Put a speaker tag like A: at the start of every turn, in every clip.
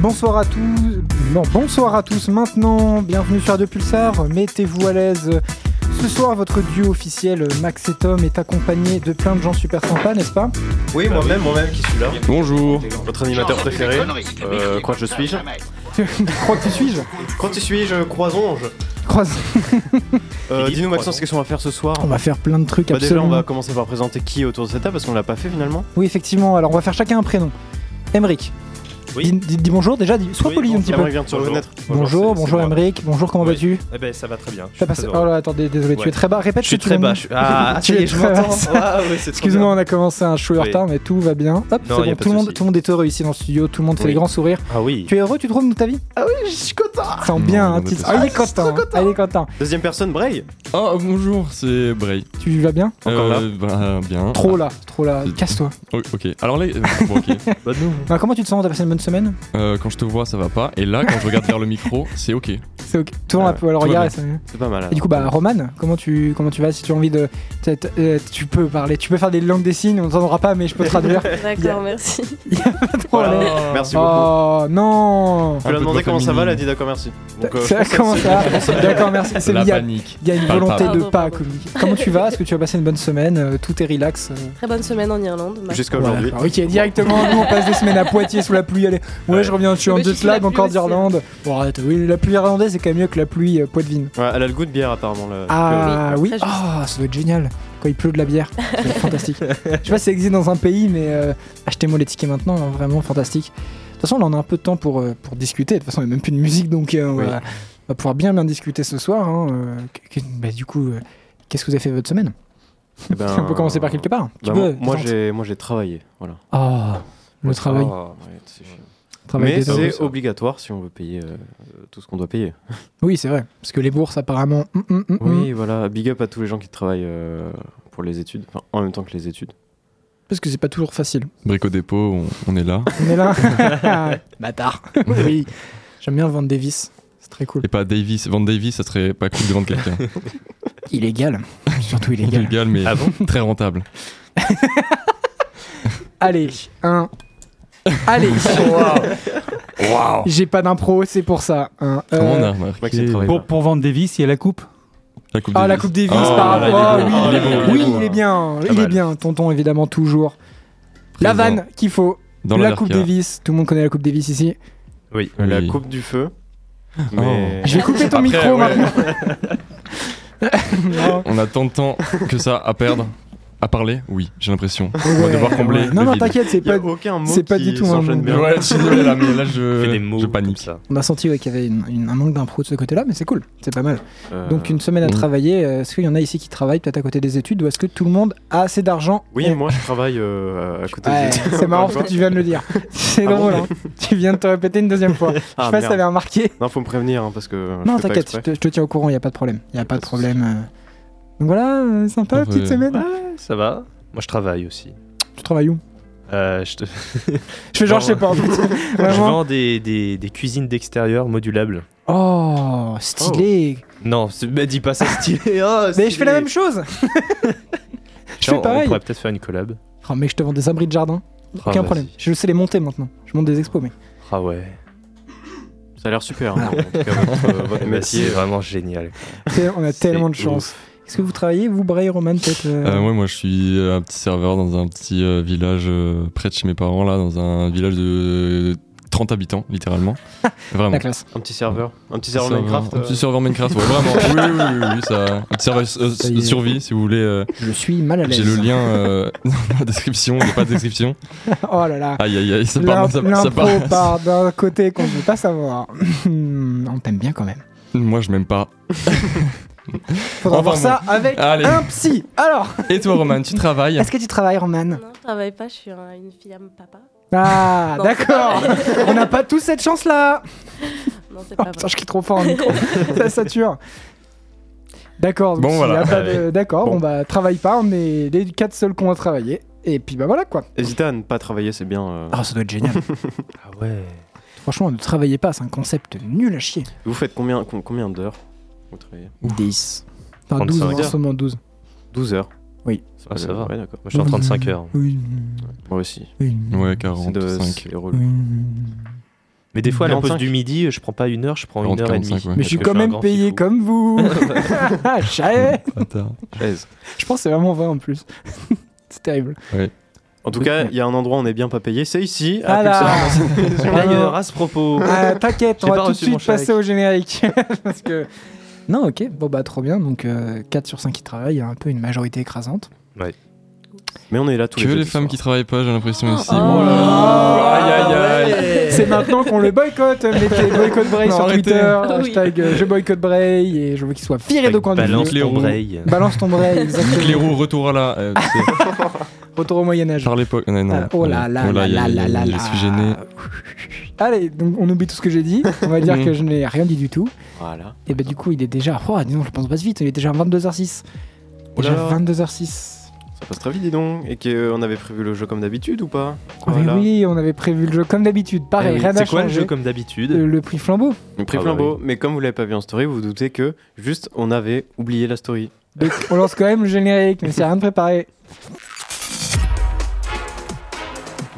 A: Bonsoir à tous. Non, bonsoir à tous. Maintenant, bienvenue sur Radio Pulsar. Mettez-vous à l'aise. Ce soir, votre duo officiel Max et Tom est accompagné de plein de gens super sympas, n'est-ce pas
B: Oui, moi-même, moi-même qui suis là.
C: Bonjour.
B: Votre animateur préféré. Euh, quoi je suis-je
A: Crois que suis-je
B: Quand tu suis-je Croisonge
A: Croise.
B: euh, Dis-nous, Maxence, qu'est-ce qu'on va faire ce soir
A: On va faire plein de trucs
B: Bah, Déjà,
A: absolument.
B: on va commencer par présenter qui est autour de cette table parce qu'on l'a pas fait finalement.
A: Oui, effectivement. Alors, on va faire chacun un prénom. Emric.
D: Oui.
A: Dis, dis- dis bonjour déjà, dis- sois
D: Oui,
A: poli un petit
B: Ah,
A: peu.
B: moi, il vient de se
D: Bonjour.
B: reconnaître.
A: Bonjour,
D: c'est-
A: bonjour
D: c'est moi.
A: Emric, bonjour, comment
D: Oui.
A: vas-tu
D: Eh ben ça va très bien. Je suis
A: T'as
D: très
A: passé-
D: heureux.
A: Oh là, attendez, désolé, tu
D: Ouais.
A: es très bas. Répète,
B: Je suis
A: tu te
B: très bas.
A: nommes.
B: je suis- Ah, ça
A: Tu
B: y
A: es
B: est, je
A: très
B: m'entends.
A: bas.
B: Ah, ouais, c'est trop
A: Excuse-moi, on a commencé un show
B: Oui.
A: retard, mais tout va bien. Hop, c'est
B: Non, y
A: bon,
B: a pas
A: tout le,
B: de
A: monde,
B: souci.
A: tout le monde est heureux ici dans le studio, tout le monde fait
B: Oui.
A: des grands sourires.
B: bien. Ah oui.
A: Tu es heureux, tu te trouves de ta vie
B: Ah oui, je suis content.
A: Sent bien,
C: Non,
A: hein,
C: non, mais
A: titre.
C: t'es-
A: Ah, il est content, ah, il est content.
B: Deuxième personne, Bray.
C: Ah bonjour, c'est Bray.
A: Tu vas bien
B: Encore
C: Euh, bah, bien.
A: Trop là, trop là,
C: c'est-
A: casse-toi.
C: Oh, ok. Alors là, euh, bon, ok.
A: Ah, comment tu te sens T'as passé une bonne semaine
C: Euh, quand je te vois, ça va pas. Et là, quand je regarde vers le micro, c'est ok.
A: C'est ok. Tout le
B: Ah
A: monde
B: ouais,
A: peut le
C: tout va
A: regarder.
C: bien.
A: ça-
B: C'est pas mal. alors.
A: Et du coup, bah, Roman, comment tu, comment tu vas Si tu as envie de. t'as- t'as- euh, tu peux parler, tu peux faire des langues des signes, on ne t'entendra pas, mais je peux traduire. Yeah.
E: D'accord, merci.
A: Trop
B: Voilà.
A: là.
B: Merci beaucoup.
A: Oh non
B: Je
C: Un peu
B: lui ai
C: de
B: demandé
C: voix
B: comment ça va, elle a
C: féminine.
B: dit d'accord, merci. Donc, euh, je
A: Ça
B: pense que
A: commence
B: c'est-
A: à. D'accord, merci. C'est
C: La
A: il y a-
C: panique.
A: il y a une
C: Parle,
A: volonté
E: parle.
A: de
E: Pardon,
A: pas
E: pardon.
A: communiquer. Comment tu vas Est-ce que tu as passé une bonne semaine Euh, Tout est relax. euh,
E: Très bonne semaine en Irlande. Max.
B: Jusqu'à
A: voilà.
B: aujourd'hui.
A: Alors, Ok, directement, nous on passe des semaines à Poitiers sous la pluie. Allez, ouais,
B: Ouais.
A: je reviens, je suis en
E: Mais je
A: jet
E: suis la
A: lag
E: pluie
A: encore
E: aussi.
A: d'Irlande. Bon, arrête, oui, la pluie irlandaise c'est quand même mieux que la pluie euh, poitevine.
B: Ouais, elle a le goût de bière apparemment. là.
A: Ah
E: Oui,
A: oui,
E: très juste.
A: ah ça doit être génial quand il pleut de la bière, c'est fantastique. Je sais pas si ça existe dans un pays, mais euh, achetez-moi les tickets maintenant, hein, vraiment fantastique. De toute façon, là on a un peu de temps pour, euh, pour discuter. De toute façon, il n'y a même plus de musique, donc euh, on,
B: Oui.
A: va, on va pouvoir bien bien discuter ce soir. hein, euh, que- que- bah, du coup, euh, qu'est-ce que vous avez fait de votre semaine
B: Eh ben,
A: On peut commencer par quelque part. Tu
B: bah,
A: peux,
B: moi,
A: Vicente
B: j'ai, moi, j'ai travaillé. Voilà.
A: Ah, le travail.
B: Ah, ouais, c'est chiant.
A: travail
B: Mais
A: des hommes.
C: hommes,
B: c'est
C: ça.
B: obligatoire si on veut payer euh, euh, tout ce qu'on doit payer.
A: Oui, c'est vrai. Parce que les bourses, apparemment. hum, hum, hum, hum.
B: Oui, voilà. Big up à tous les gens qui travaillent euh, pour les études, enfin, en même temps que les études.
A: Parce que c'est pas toujours facile.
C: Brico dépôt, on, on est là.
A: On est là. Bâtard. oui. J'aime bien vendre des vis. C'est très cool.
C: Et pas Davis. Vendre Davis, ça serait pas cool de vendre quelqu'un.
A: Illégal. Surtout illégal.
C: Légal, mais
D: Ah bon
C: très rentable.
A: Allez, un. Allez.
C: Waouh.
A: J'ai pas d'impro, c'est pour ça. Un, euh,
C: Comment on a remarqué
B: Max, il travaille
F: Pour,
B: pas.
F: pour vendre des vis, il y a la coupe.
C: La coupe
A: Ah,
C: Davis.
A: la Coupe Davis,
C: Oh,
A: par
C: là,
A: rapport.
C: il est bon,
A: Ah,
C: il est
A: oui,
C: bon, Ah, bah,
B: il est
A: oui,
B: bon.
A: il est bien.
B: Pas
A: Il est
B: mal.
A: bien. Tonton, évidemment, toujours. La
C: Présent.
A: vanne qu'il faut.
C: Dans
A: la
C: la
A: Coupe
C: Larka.
A: Davis. Tout le monde connaît la Coupe Davis ici.
C: Oui.
B: La coupe du feu. Mais...
A: Oh. Je vais couper ton
D: Après,
A: micro
D: ouais.
A: maintenant. Non.
C: On a tant de temps que ça à perdre, à parler. Oui, j'ai l'impression. On va
A: Ouais,
C: devoir combler.
A: ouais. Non,
C: le
A: non,
C: vide.
A: t'inquiète, c'est
B: Il y
A: pas.
B: a aucun mot
A: c'est pas
B: qui
A: du tout un
B: s'enchaîne
A: mot.
B: bien.
C: Ouais, je suis désolé là, mais là je,
D: Fais des mots.
C: je panique.
D: comme ça.
A: On a senti ouais, qu'il y avait une, une- un manque d'impro de ce côté-là, mais c'est cool, c'est pas mal.
B: Euh,
A: Donc une semaine à
C: oui.
A: travailler. euh, Est-ce qu'il y en a ici qui travaillent peut-être à côté des études ou est-ce que tout le monde a assez d'argent
B: Oui,
A: Et-
B: moi je travaille euh, à côté
A: Ouais,
B: des études.
A: c'est marrant
B: Encore
A: ce
B: une
A: que tu viens de le dire. C'est
B: Ah bon
A: drôle, hein. tu viens de te répéter une deuxième fois.
B: fois. Ah,
A: je sais pas si
B: merde.
A: t'avais remarqué.
B: Non, faut me prévenir hein, parce que. euh, je
A: non,
B: fais pas
A: t'inquiète, je,
B: exprès.
A: te- je te tiens au courant, il n'y a pas de problème. Il n'y a pas de
B: de
A: problème. euh. Donc voilà, euh, sympa,
C: Ouais.
A: petite semaine.
D: Ça va Moi je travaille aussi.
A: Tu travailles où
D: Euh, je, te-
A: Je fais
D: Genre,
A: genre, je sais pas. en fait.
D: je
A: Vraiment.
D: vends des, des- des cuisines d'extérieur modulables.
A: Oh, stylé.
D: Non, c'est- bah, dis pas ça stylé. Oh,
A: Mais
D: stylé.
A: je fais la même chose. je
D: Tiens,
A: fais
D: On
A: pareil.
D: pourrait peut-être faire une collab.
A: Oh, mec, je te vends des abris de jardin.
C: Oh,
D: Ah,
A: Aucun
D: vas-y.
A: problème. Je sais les monter maintenant. Je monte des expos, mais.
D: Ah ouais.
B: Ça a l'air super. hein, en tout cas, votre, euh, votre
D: Eh ben,
B: métier.
D: c'est vraiment génial.
A: T'sais, On a
D: C'est
A: tellement de
D: ouf.
A: chance. Est-ce que vous travaillez, vous, Bray, Roman, peut-être euh,
C: Euh, ouais, moi je suis euh, un petit serveur dans un petit euh, village euh, près de chez mes parents, là, dans un village de 30 habitants, littéralement. Vraiment.
A: La classe.
B: Un petit serveur. Un petit serveur Minecraft.
C: Un
B: euh,
C: petit serveur Minecraft, ouais, vraiment. Oui, oui, oui, oui, oui, ça. Un petit serveur euh,
A: Ça y est.
C: survie, si vous voulez. euh,
A: Je suis mal à l'aise.
C: J'ai le lien euh, dans la description, il n'y a pas de description.
A: Oh là là.
C: Aïe, aïe, aïe, Ah, ça part, ça,
A: L'im-
C: ça part.
A: L'impro part d'un côté qu'on ne veut pas savoir. Hmm, on t'aime bien quand même.
C: Moi je m'aime pas.
A: Faudra
C: Enfin,
A: voir
C: bon. Ah,
A: ça avec
C: Allez.
A: un psy. Alors,
C: Et toi, Roman, tu travailles
A: Ah. est-ce que tu travailles, Roman
E: Non, je travaille pas, je suis un- une fille à mon papa.
A: Ah,
E: Non,
A: d'accord.
E: c'est pas
A: on n'a pas tous cette chance-là.
E: Non, c'est
A: Oh,
E: pas
A: putain,
E: vrai.
A: je crie trop fort en micro. ça sature. D'accord. donc
C: Bon,
A: s'il
C: voilà.
A: y a pas de- D'accord.
B: Bon.
A: Bon. bah, travaille pas. On est les quatre seuls qu'on va travailler. Et puis, bah voilà quoi.
B: Hésitez à ne pas travailler, c'est bien. euh,
A: Ah, ça doit être génial.
D: Ah ouais.
A: Franchement, ne travaillez pas, c'est un concept nul à chier.
B: Vous faites combien, com- combien d'heures Vous travaillez
A: 10. Enfin,
D: 35
A: 12, en
D: heures.
A: ce moment 12.
B: 12 heures.
D: Ah, ça va.
B: Ouais, d'accord.
D: Moi je suis en 35 heures.
A: Oui,
B: Moi aussi.
A: oui,
C: Ouais,
B: C'est de-
C: 45.
B: c'est relou.
A: oui.
D: Mais des fois, à la pause
B: 45.
D: du midi, je prends pas une heure, je prends une heure et
C: 40-45,
D: demie.
C: ouais.
A: Mais
D: Parce
A: je suis
D: que
A: quand
D: un
A: même
D: grand
A: payé
D: fifou.
A: comme vous. Chais.
C: Bâtard.
B: Aise.
A: Je pense que c'est vraiment vrai en plus. c'est terrible.
B: En tout
A: Oui.
B: cas, il y a un endroit où on n'est bien pas payé, c'est ici.
A: Ah
B: à
A: là.
B: Pulsar.
D: D'ailleurs, à ce propos,
A: Ah, T'inquiète,
D: J'ai
A: on va
D: pas
A: tout de
D: reçu mon
A: suite passer
D: chèque.
A: au générique. Parce que... Non, ok, bon bah trop bien. Donc euh, 4 sur 5 qui travaillent, il y a un peu une majorité écrasante.
B: Mais on est là tous
C: Que
B: les
C: les
B: jeudis
C: femmes qui
B: soirs.
C: travaillent pas, j'ai l'impression aussi.
E: Oh là ah,
A: là.
C: aïe aïe aïe.
A: C'est maintenant qu'on le boycotte. Mettez boycott Bray
C: Non,
A: sur
C: arrêtez.
A: Twitter.
E: Oui.
A: Hashtag euh, je boycotte Bray et je veux qu'il soit viré de Bah, coin de
D: balance
A: vue.
D: les
C: Cléro.
D: oreilles.
A: Balance ton Bray,
C: Nique les
A: exactement.
C: roues, Oh, retour à la. euh, c'est
A: Retour au Moyen-Âge.
C: par l'époque. Non, non,
A: Ah, oh là
C: allez.
A: là
C: Oh
A: là
C: il y a-
A: là
C: il y a-
A: là là
C: Je
A: là.
C: suis gêné.
A: Allez, donc on oublie tout ce que j'ai dit. On va dire
C: Mm.
A: que je n'ai rien dit du tout.
B: Voilà.
A: Et bah du coup, il est déjà. Oh, dis donc, je pense pas vite. Il est déjà 22h06.
B: Oh là
A: Déjà
B: là.
A: 22h06.
B: Ça passe très vite, dis donc. Et qu'on avait prévu le jeu comme d'habitude ou pas
A: Mais
B: Voilà.
A: oui, on avait prévu le jeu comme d'habitude.
D: Eh
A: Pareil,
D: oui.
A: rien n'a
D: C'est quoi le
A: changé.
D: jeu comme d'habitude
A: Euh, le prix flambeau.
B: Prix
D: Ah bah
B: flambeau. Mais comme vous l'avez pas vu en story, vous vous doutez que juste on avait oublié la story.
A: Donc, on lance quand même le générique, mais c'est rien de préparé.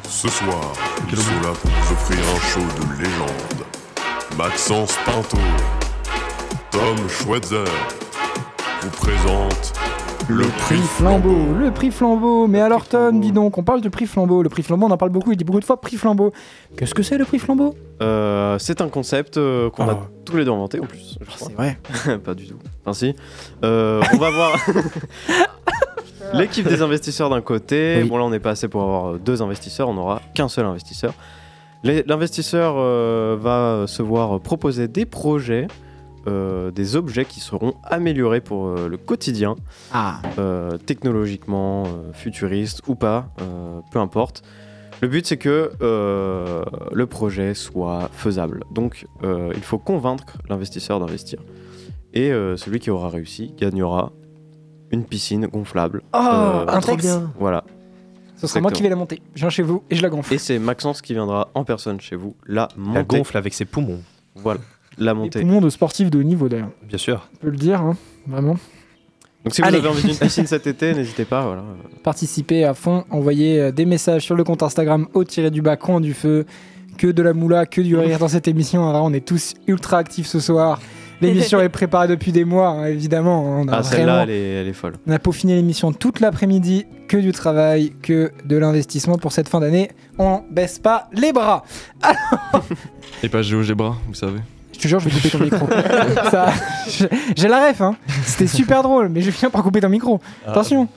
F: Ce soir, ils sont là pour vous offrir un show de légende. Maxence Pinto, Tom Schweitzer vous présente le prix
A: Flambeau,
F: Flambeau.
A: le prix flambeau. Mais alors, Tom, dis donc, on parle de prix flambeau. Le prix flambeau, on en parle beaucoup. Il dit beaucoup de fois prix flambeau. Qu'est-ce que c'est le prix flambeau
B: Euh, c'est un concept euh, qu'on a
A: Ah.
B: tous les deux inventé en plus. Je crois.
A: vrai.
B: pas du tout. Ainsi, euh, on va voir l'équipe des investisseurs d'un côté.
A: Oui.
B: Bon là, on n'est pas assez pour avoir euh, deux investisseurs. On n'aura qu'un seul investisseur. Les- L'investisseur euh, va se voir euh, proposer des projets, euh, des objets qui seront améliorés pour euh, le quotidien,
A: Ah,
B: euh, technologiquement, euh, futuriste ou pas, euh, peu importe. Le but c'est que euh, le projet soit faisable. Donc euh, il faut convaincre l'investisseur d'investir. Et euh, celui qui aura réussi gagnera une piscine gonflable.
A: oh,
B: Euh,
A: un
B: trop
A: texte.
B: Voilà.
A: Ce sera moi qui vais la monter. Je viens chez vous et je la gonfle.
B: Et c'est Maxence qui viendra en personne chez vous. La montée.
D: La gonfle avec ses poumons,
B: Voilà. La
A: Et
B: montée.
A: tout le monde sportif de haut niveau d'ailleurs.
D: bien sûr.
A: On peut le dire, hein, vraiment.
B: Donc si vous
A: Allez.
B: avez envie d'une piscine cet été, n'hésitez pas. Voilà. Ah,
A: Participez à fond, envoyez euh, des messages sur le compte Instagram au tiré du bas coin du feu. Que de la moula, que du rire dans cette émission. Alors, on est tous ultra actifs ce soir. L'émission est préparée depuis des mois, hein, évidemment. On a
B: Ah
A: vraiment
B: celle-là, elle est, elle est folle.
A: On a peaufiné l'émission toute l'après-midi, que du travail, que de l'investissement pour cette fin d'année. On baisse pas les bras.
C: Et pas GeoGebra, vous savez.
A: Je te jure, je vais couper ton micro. Ça- je- J'ai la ref, hein. C'était super drôle, mais je viens par couper ton micro.
B: Ah.
A: Attention.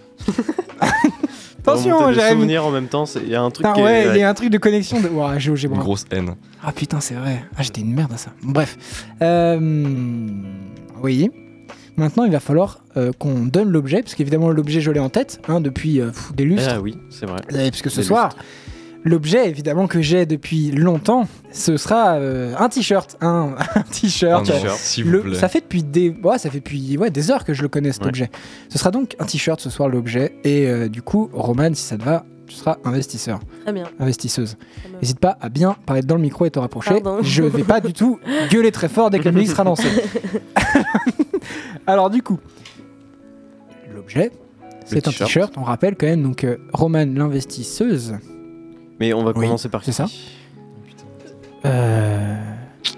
B: Remonter
A: Attention,
B: des
A: Jérémy.
B: souvenirs en même temps, c'est- il y a un truc
A: Putain,
B: qui est-
A: ouais, il y a un truc de connexion. De... Ouah, j'ai- j'ai
C: Une
A: bras.
C: grosse haine.
A: Ah putain, c'est vrai. Ah, j'étais une merde à ça. Bref. Euh, Oui. Maintenant, il va falloir euh, qu'on donne l'objet, parce qu'évidemment, l'objet, je l'ai en tête hein, depuis euh, pff, des lustres.
B: Ah oui, c'est vrai.
C: Eh
A: Euh, parce que ce
B: Des
A: soir, l'objet évidemment que j'ai depuis longtemps, ce sera euh, un t-shirt, hein, un
C: Un
A: t-shirt.
C: t-shirt, s'il
A: Le-
C: vous plaît.
A: ça fait depuis des, ouais, ça fait depuis ouais, des heures que je le connais cet
B: Ouais.
A: objet. Ce sera donc un t-shirt ce soir l'objet et euh, du coup Roman si ça te va, tu seras investisseur,
E: Très bien.
A: investisseuse.
E: ça me-
A: N'hésite pas à bien parler dans le micro et te rapprocher.
E: Mm. Pardon.
A: Je vais pas du tout gueuler très fort dès que la musique sera lancée. Alors du coup, l'objet, c'est un
B: t-shirt.
A: t-shirt. On rappelle quand même donc euh, Roman l'investisseuse.
B: Mais on va
A: Oui,
B: commencer par
A: c'est
B: qui
A: ça. Euh...
B: Qui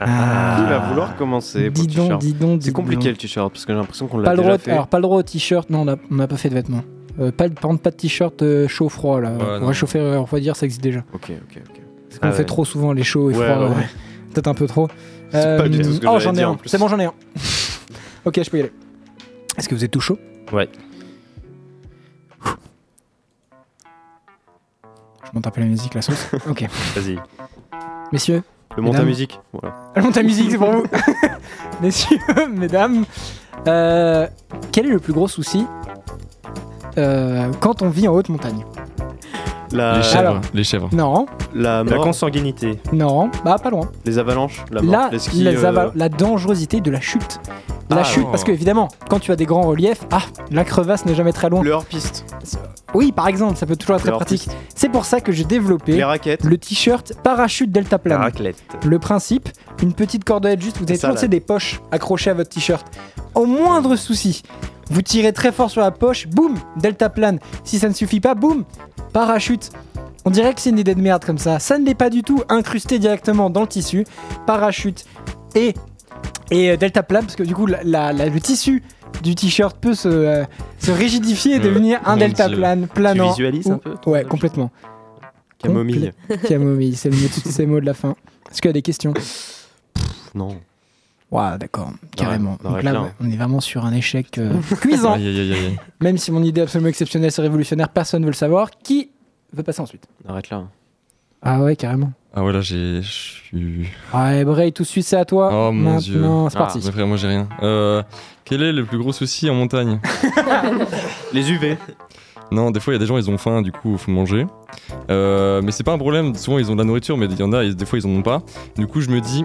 A: Ah.
B: va vouloir commencer pour
A: Dis
B: le
A: donc,
B: t-shirt
A: dis donc, dis
B: C'est compliqué
A: donc.
B: le t-shirt parce que j'ai l'impression qu'on
A: Pas
B: l'a
A: le, droit,
B: déjà fait.
A: alors, pas le droit au t-shirt, non, on a- on n'a pas fait de vêtements. Euh, pas, de- par contre, pas de t-shirt euh, chaud-froid, là. on
C: non.
A: va chauffer, euh, on va dire, ça existe déjà.
B: Ok, ok, ok.
A: Parce qu'on
D: Ah
A: fait
D: ouais.
A: trop souvent les chauds et
D: Ouais,
A: froids.
D: ouais,
A: euh,
D: ouais.
A: Peut-être un peu trop.
B: C'est pas du tout ce que
A: oh,
B: j'allais
A: j'en ai
B: dire, en
A: un.
B: plus.
A: C'est bon, j'en ai un. ok, je peux y aller. Est-ce que vous êtes tout chaud
D: Ouais.
A: Je monte un peu la musique, la sauce. ok.
D: Vas-y.
A: Messieurs,
B: Le monte à
A: Mesdames.
B: musique. Voilà.
A: Allons, ta musique, c'est pour vous. Messieurs, mesdames, euh, quel est le plus gros souci euh, quand on vit en haute montagne
B: La,
C: Les chèvres,
A: alors.
C: les chèvres.
A: Non,
D: La
B: la mort,
D: consanguinité.
A: non, bah pas loin.
B: les avalanches, la mort,
A: Là,
B: les skis.
A: les
B: euh,
A: ava- la dangerosité de la chute. La
B: Ah,
A: chute,
C: oh.
A: parce que évidemment, quand tu as des grands reliefs, ah, la crevasse n'est jamais très loin.
B: Le hors-piste,
A: Oui, par exemple, ça peut toujours être très
B: Le
A: pratique. C'est pour ça que j'ai développé
B: les raquettes,
A: le t-shirt parachute delta
D: La
A: plane.
D: raclette.
A: Le principe, une petite cordelette juste, vous avez
B: Et ça,
A: toujours
B: là.
A: tu sais, des poches accrochées à votre t-shirt. Au moindre souci, vous tirez très fort sur la poche, boum, delta plane. Si ça ne suffit pas, boum, parachute. On dirait que c'est une idée de merde comme ça. Ça ne l'est pas du tout, incrusté directement dans le tissu. Parachute et, et euh, delta plane, parce que du coup, la- la- la- le tissu du t-shirt peut se, euh, se rigidifier et
C: Ouais,
A: devenir un
C: mon
A: delta
C: Dieu.
A: plane planant.
D: visualises
A: ou-
D: un peu ton
A: Ouais,
D: objet
A: complètement.
B: Camomille.
A: Camomille, c'est le mot, c'est le mot de la fin. Est-ce qu'il y a des questions
B: Non.
A: Waouh, d'accord, carrément.
B: on aurait
A: Donc là,
B: plein.
A: ouais, on est vraiment sur un échec euh, cuisant.
C: Aïe, aïe, aïe, aïe.
A: Même si mon idée absolument exceptionnelle, c'est révolutionnaire, personne ne veut le savoir. Qui veut passer ensuite
B: Arrête là.
A: Ah ouais, carrément.
C: Ah ouais, là, j'ai. je suis-
A: Ouais, Bray, Ah, tout de suite, c'est à toi.
C: Oh, mon
A: Maintenant,
C: Dieu. Ah,
A: c'est parti.
C: Mais frère, moi, j'ai rien. Euh, quel est le plus gros souci en montagne
B: Les UV.
C: Non, des fois, il y a des gens, ils ont faim, du coup, faut manger. Euh, mais c'est pas un problème. Souvent, ils ont de la nourriture, mais il y en a, et des fois, ils en ont pas. Du coup, je me dis,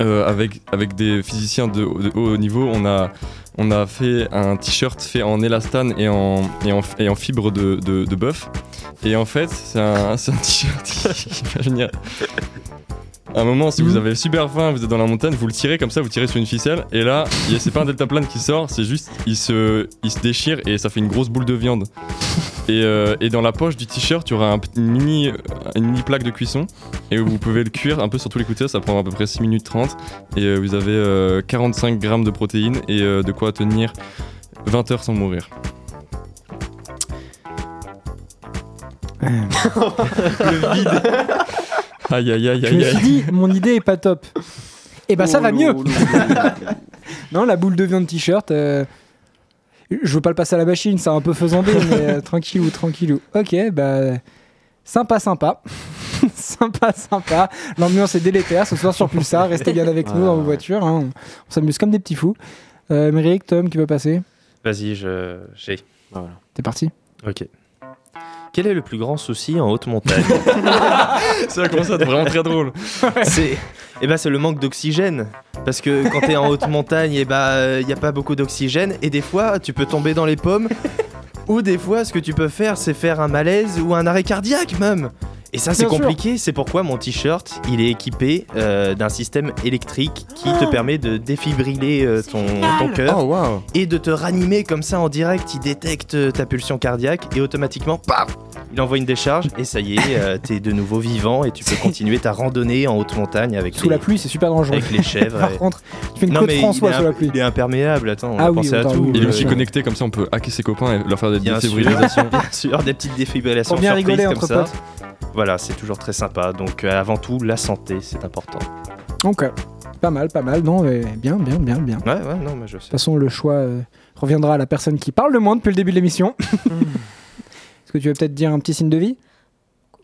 C: euh, avec, avec des physiciens de, de haut niveau, on a, on a fait un t-shirt fait en élastane et en, et en, et en fibre de, de, de bœuf. Et en fait, c'est un, c'est un t-shirt qui, qui va venir. À un moment, si vous
A: Mhm.
C: avez super faim, vous êtes dans la montagne, vous le tirez comme ça, vous tirez sur une ficelle, et là, il y a- c'est pas un deltaplane qui sort, c'est juste, il se, il se déchire et ça fait une grosse boule de viande. Et, euh, et dans la poche du t-shirt, tu auras un petit mini, une mini plaque de cuisson et vous pouvez le cuire un peu sur tous les coups de cuisson, ça prend à peu près 6 minutes 30 et euh, vous avez euh, 45 grammes de protéines et euh, de quoi tenir 20 heures sans mourir.
A: Euh.
C: Aïe aïe aïe
A: Je
C: aïe
A: me suis
C: aïe.
A: dit, mon idée est pas top. Et bah,
D: Oh,
A: ça va mieux. Non, la boule de viande t-shirt. euh, Je veux pas le passer à la machine, c'est un peu faisandé, mais euh, tranquillou, tranquillou. Ok, bah. Sympa, sympa. sympa, sympa. L'ambiance est délétère ce soir sur Pulsar. Restez bien avec nous dans vos voitures. hein. On, on s'amuse comme des petits fous. Euh, Méric, Tom, qui veut passer
D: Vas-y, je... j'ai.
B: Ah, voilà.
A: T'es parti
D: Ok. Quel est le plus grand souci en haute montagne
C: Ça commence à être vraiment très drôle.
D: C'est eh ben, c'est le manque d'oxygène. Parce que quand t'es en haute montagne, il ben, n'y a pas beaucoup d'oxygène. Et des fois, tu peux tomber dans les pommes. Ou des fois, ce que tu peux faire, c'est faire un malaise ou un arrêt cardiaque même. Et ça, c'est
A: Bien sûr.
D: compliqué. C'est pourquoi mon t-shirt, il est équipé euh, d'un système électrique qui
A: Ah.
D: te permet de défibriller euh, ton, ton cœur
C: Oh waouh.
D: et de te ranimer comme ça en direct. Il détecte euh, ta pulsion cardiaque et automatiquement, paf, il envoie une décharge. Et ça y est, euh, t'es de nouveau vivant et tu peux continuer ta randonnée en haute montagne avec
A: Sous
D: les-
A: la pluie, c'est super dangereux.
D: avec les chèvres.
A: Par
D: et-
A: contre, tu fais une
D: Non,
A: queue de
D: mais
A: François
D: il, est
A: sous la
D: imp-
A: pluie.
D: il est imperméable, attends, on
A: Ah
D: a
A: oui,
D: pensé à
A: autant,
D: tout.
A: oui.
C: Il est
A: Euh,
C: aussi
A: ouais.
C: connecté comme ça on peut hacker ses copains et leur faire des
D: Bien sûr,
C: défibrillations.
D: bien sûr, des petites défibrillations
A: Pour bien
D: surprises
A: rigoler
D: comme
A: entre
D: ça. Voilà, c'est toujours très sympa. Donc euh, avant tout, la santé, c'est important.
A: Donc, euh, pas mal, pas mal. Non, mais bien, bien, bien, bien.
D: Ouais, ouais, non, mais je
A: De
D: sais.
A: toute façon, le choix euh, reviendra à la personne qui parle le moins depuis le début de l'émission. Est-ce que tu veux peut-être dire un petit signe de vie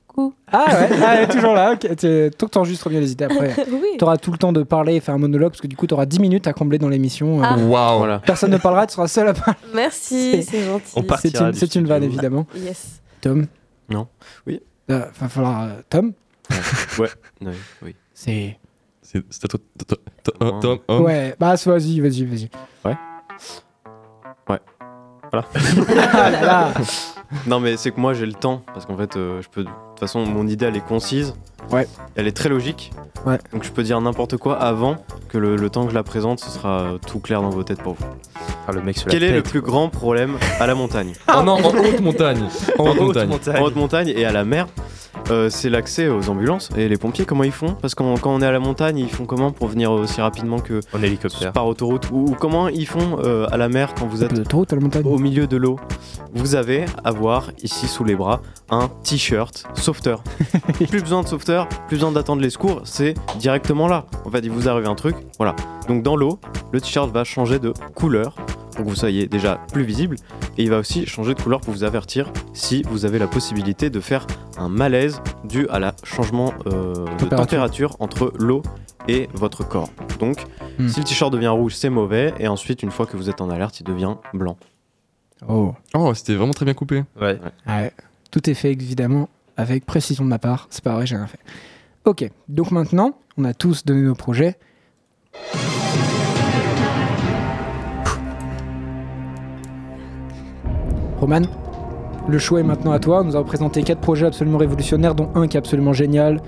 E: Coucou.
A: Ah ouais, ah, elle est toujours là. ok. T'es- Tant que t'enregistres bien les idées, après,
E: oui.
A: t'auras tout le temps de parler et faire un monologue, parce que du coup, t'auras 10 minutes à combler dans l'émission. euh,
E: Ah.
C: Waouh.
B: Voilà.
A: Personne ne parlera, tu seras seul à parler. C'est-
E: Merci, c'est gentil.
D: On part-
A: C'est
D: Partira
A: une,
D: du
A: c'est une vanne,
D: studio.
A: évidemment.
E: Yes.
A: Tom
B: Non. Oui.
A: Il va falloir... euh, Tom
B: Oui, oui.
A: C'est...
C: C'est c'est à toi. toi- toi- toi- oh, Tom, oh.
A: Ouais, bah c'est- vas-y, vas-y, vas-y.
B: Ouais. Ouais. Voilà.
A: ah là là
B: Non, mais c'est que moi j'ai le temps parce qu'en fait, euh, je peux. De toute façon, mon idée elle est concise.
A: Ouais.
B: Elle est très logique.
A: Ouais.
B: Donc je peux dire n'importe quoi avant que le, le temps que je la présente, ce sera euh, tout clair dans vos têtes pour vous.
D: Ah, le mec se la
B: Quel est le
D: pète.
B: plus grand problème à la montagne
C: Oh non, en haute montagne. En haute montagne.
B: En haute montagne et à la mer, euh, c'est l'accès aux ambulances. Et les pompiers, comment ils font Parce que quand on est à la montagne, ils font comment pour venir aussi rapidement que
D: En hélicoptère.
B: par autoroute Ou, ou comment ils font euh, à la mer quand vous
A: T'as
B: êtes
A: plus d'autoroute à la montagne
B: au milieu de l'eau Vous avez à voir ici sous les bras un t-shirt sauveteur. plus besoin de sauveteur, plus besoin d'attendre les secours, c'est directement là. En fait, il vous arrive un truc, voilà. Donc dans l'eau, le t-shirt va changer de couleur pour que vous soyez déjà plus visible et il va aussi changer de couleur pour vous avertir si vous avez la possibilité de faire un malaise dû à la changement euh, de
A: Température.
B: température entre l'eau et votre corps. Donc,
A: Hmm.
B: si le t-shirt devient rouge, c'est mauvais et ensuite une fois que vous êtes en alerte, il devient blanc.
A: Oh.
C: Oh, c'était vraiment très bien coupé.
D: Ouais.
A: Ouais. Tout est fait évidemment avec précision de ma part. C'est pas vrai, j'ai rien fait. Ok, donc maintenant, on a tous donné nos projets. Roman, le choix est maintenant à toi. On nous a présenté quatre projets absolument révolutionnaires, dont un qui est absolument génial.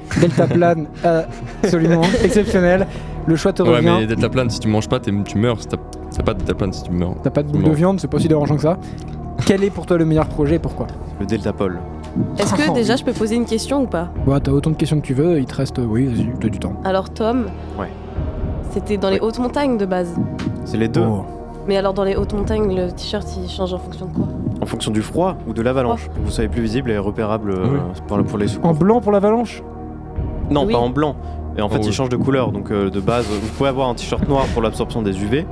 A: Delta Plane, euh, absolument exceptionnel. Le choix te
C: Ouais,
A: revient.
C: mais deltaplane, si tu manges pas, t'es- tu meurs. Si T'as t'as pas de deltaplane si tu meurs.
A: T'as pas de boule de
C: Bon.
A: viande, c'est pas si dérangeant que ça. Quel est pour toi le meilleur projet et pourquoi
B: Le Deltapol.
E: Est-ce que
A: Oh,
E: déjà
A: oui.
E: je peux poser une question ou pas
A: Bah, t'as autant de questions que tu veux, il te reste, euh, oui, vas-y, t'as du temps.
E: Alors Tom,
B: Ouais.
E: c'était dans les
B: Ouais.
E: hautes montagnes de base.
B: C'est les deux.
A: Oh.
E: Mais alors dans les hautes montagnes, le t-shirt il change en fonction de quoi
B: En fonction du froid ou de l'avalanche.
E: Oh.
B: Vous soyez plus visible et repérable euh, pour, pour les secours.
A: En blanc pour l'avalanche
B: Non,
E: Oui.
B: pas en blanc. Et
A: Oh,
B: en fait,
C: oui.
B: il change de couleur. Donc, euh, de base, vous pouvez avoir un t-shirt noir pour l'absorption des UV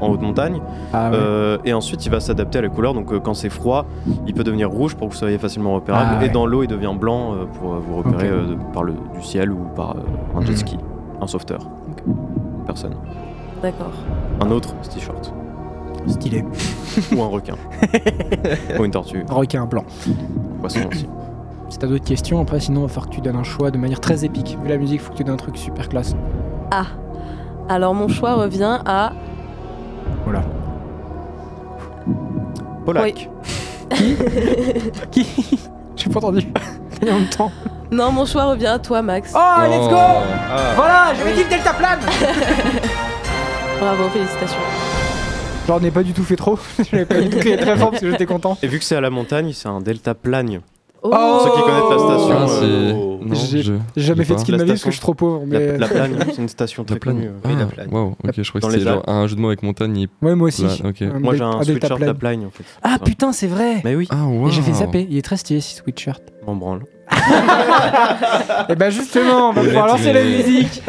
B: en haute montagne.
A: Ah ouais.
B: Euh, et ensuite, il va s'adapter à la couleur. Donc, euh, quand c'est froid, il peut devenir rouge pour que vous soyez facilement repérable.
A: Ah ouais.
B: Et dans l'eau, il devient blanc euh, pour euh, vous repérer
A: Ok.
B: euh, de- par le du ciel ou par euh, un
A: Mhm.
B: jet ski, un sauveteur, une personne,
E: D'accord.
B: un autre ce t-shirt Euh.
A: Stylé.
B: ou un requin ou une tortue,
A: Un Requin blanc.
B: un poisson aussi.
A: Si t'as d'autres questions, après, sinon, il va falloir que tu donnes un choix de manière très épique. Vu la musique, faut que tu donnes un truc super classe.
E: Ah Alors mon choix revient à.
B: Polak.
E: Oui.
A: Qui J'ai pas entendu. Et en même temps.
E: Non, mon choix revient à toi, Max.
A: Oh, let's go
G: Oh.
A: Voilà,
E: j'avais dit le
A: deltaplane
E: Bravo, félicitations.
A: J'en ai pas du tout fait trop. J'avais pas du tout crié très fort parce que j'étais content.
B: Et vu que c'est à la montagne, c'est un delta plane.
A: Oh
B: Ceux qui connaissent la station,
A: Ah,
B: euh,
C: c'est-
B: au-
C: Non,
A: J'ai-
C: je-
A: J'ai jamais
C: je
A: fait de
C: sais
A: ski de
B: La
A: ma vie parce
B: station.
A: que je suis trop pauvre. Mais... euh,
B: la, la plagne, c'est une station
C: La
B: très connue.
C: plagne. Ah,
B: euh.
D: la plagne.
C: Waouh, ok, je crois que
B: Dans
C: c'était
B: les
C: genre un jeu de mots avec montagne. et-
A: Ouais, moi aussi.
C: Là, ok.
A: Un
B: Moi, j'ai
A: del-
B: un sweatshirt la plagne en fait.
A: Ah
B: Ça.
A: putain, c'est vrai
B: Mais oui,
C: Ah, waouh.
A: Et j'ai fait zapper, il est très stylé ce sweatshirt.
B: m'en branle.
A: Et bah justement, on va
C: Honnête,
A: pouvoir lancer la
C: mais-
A: musique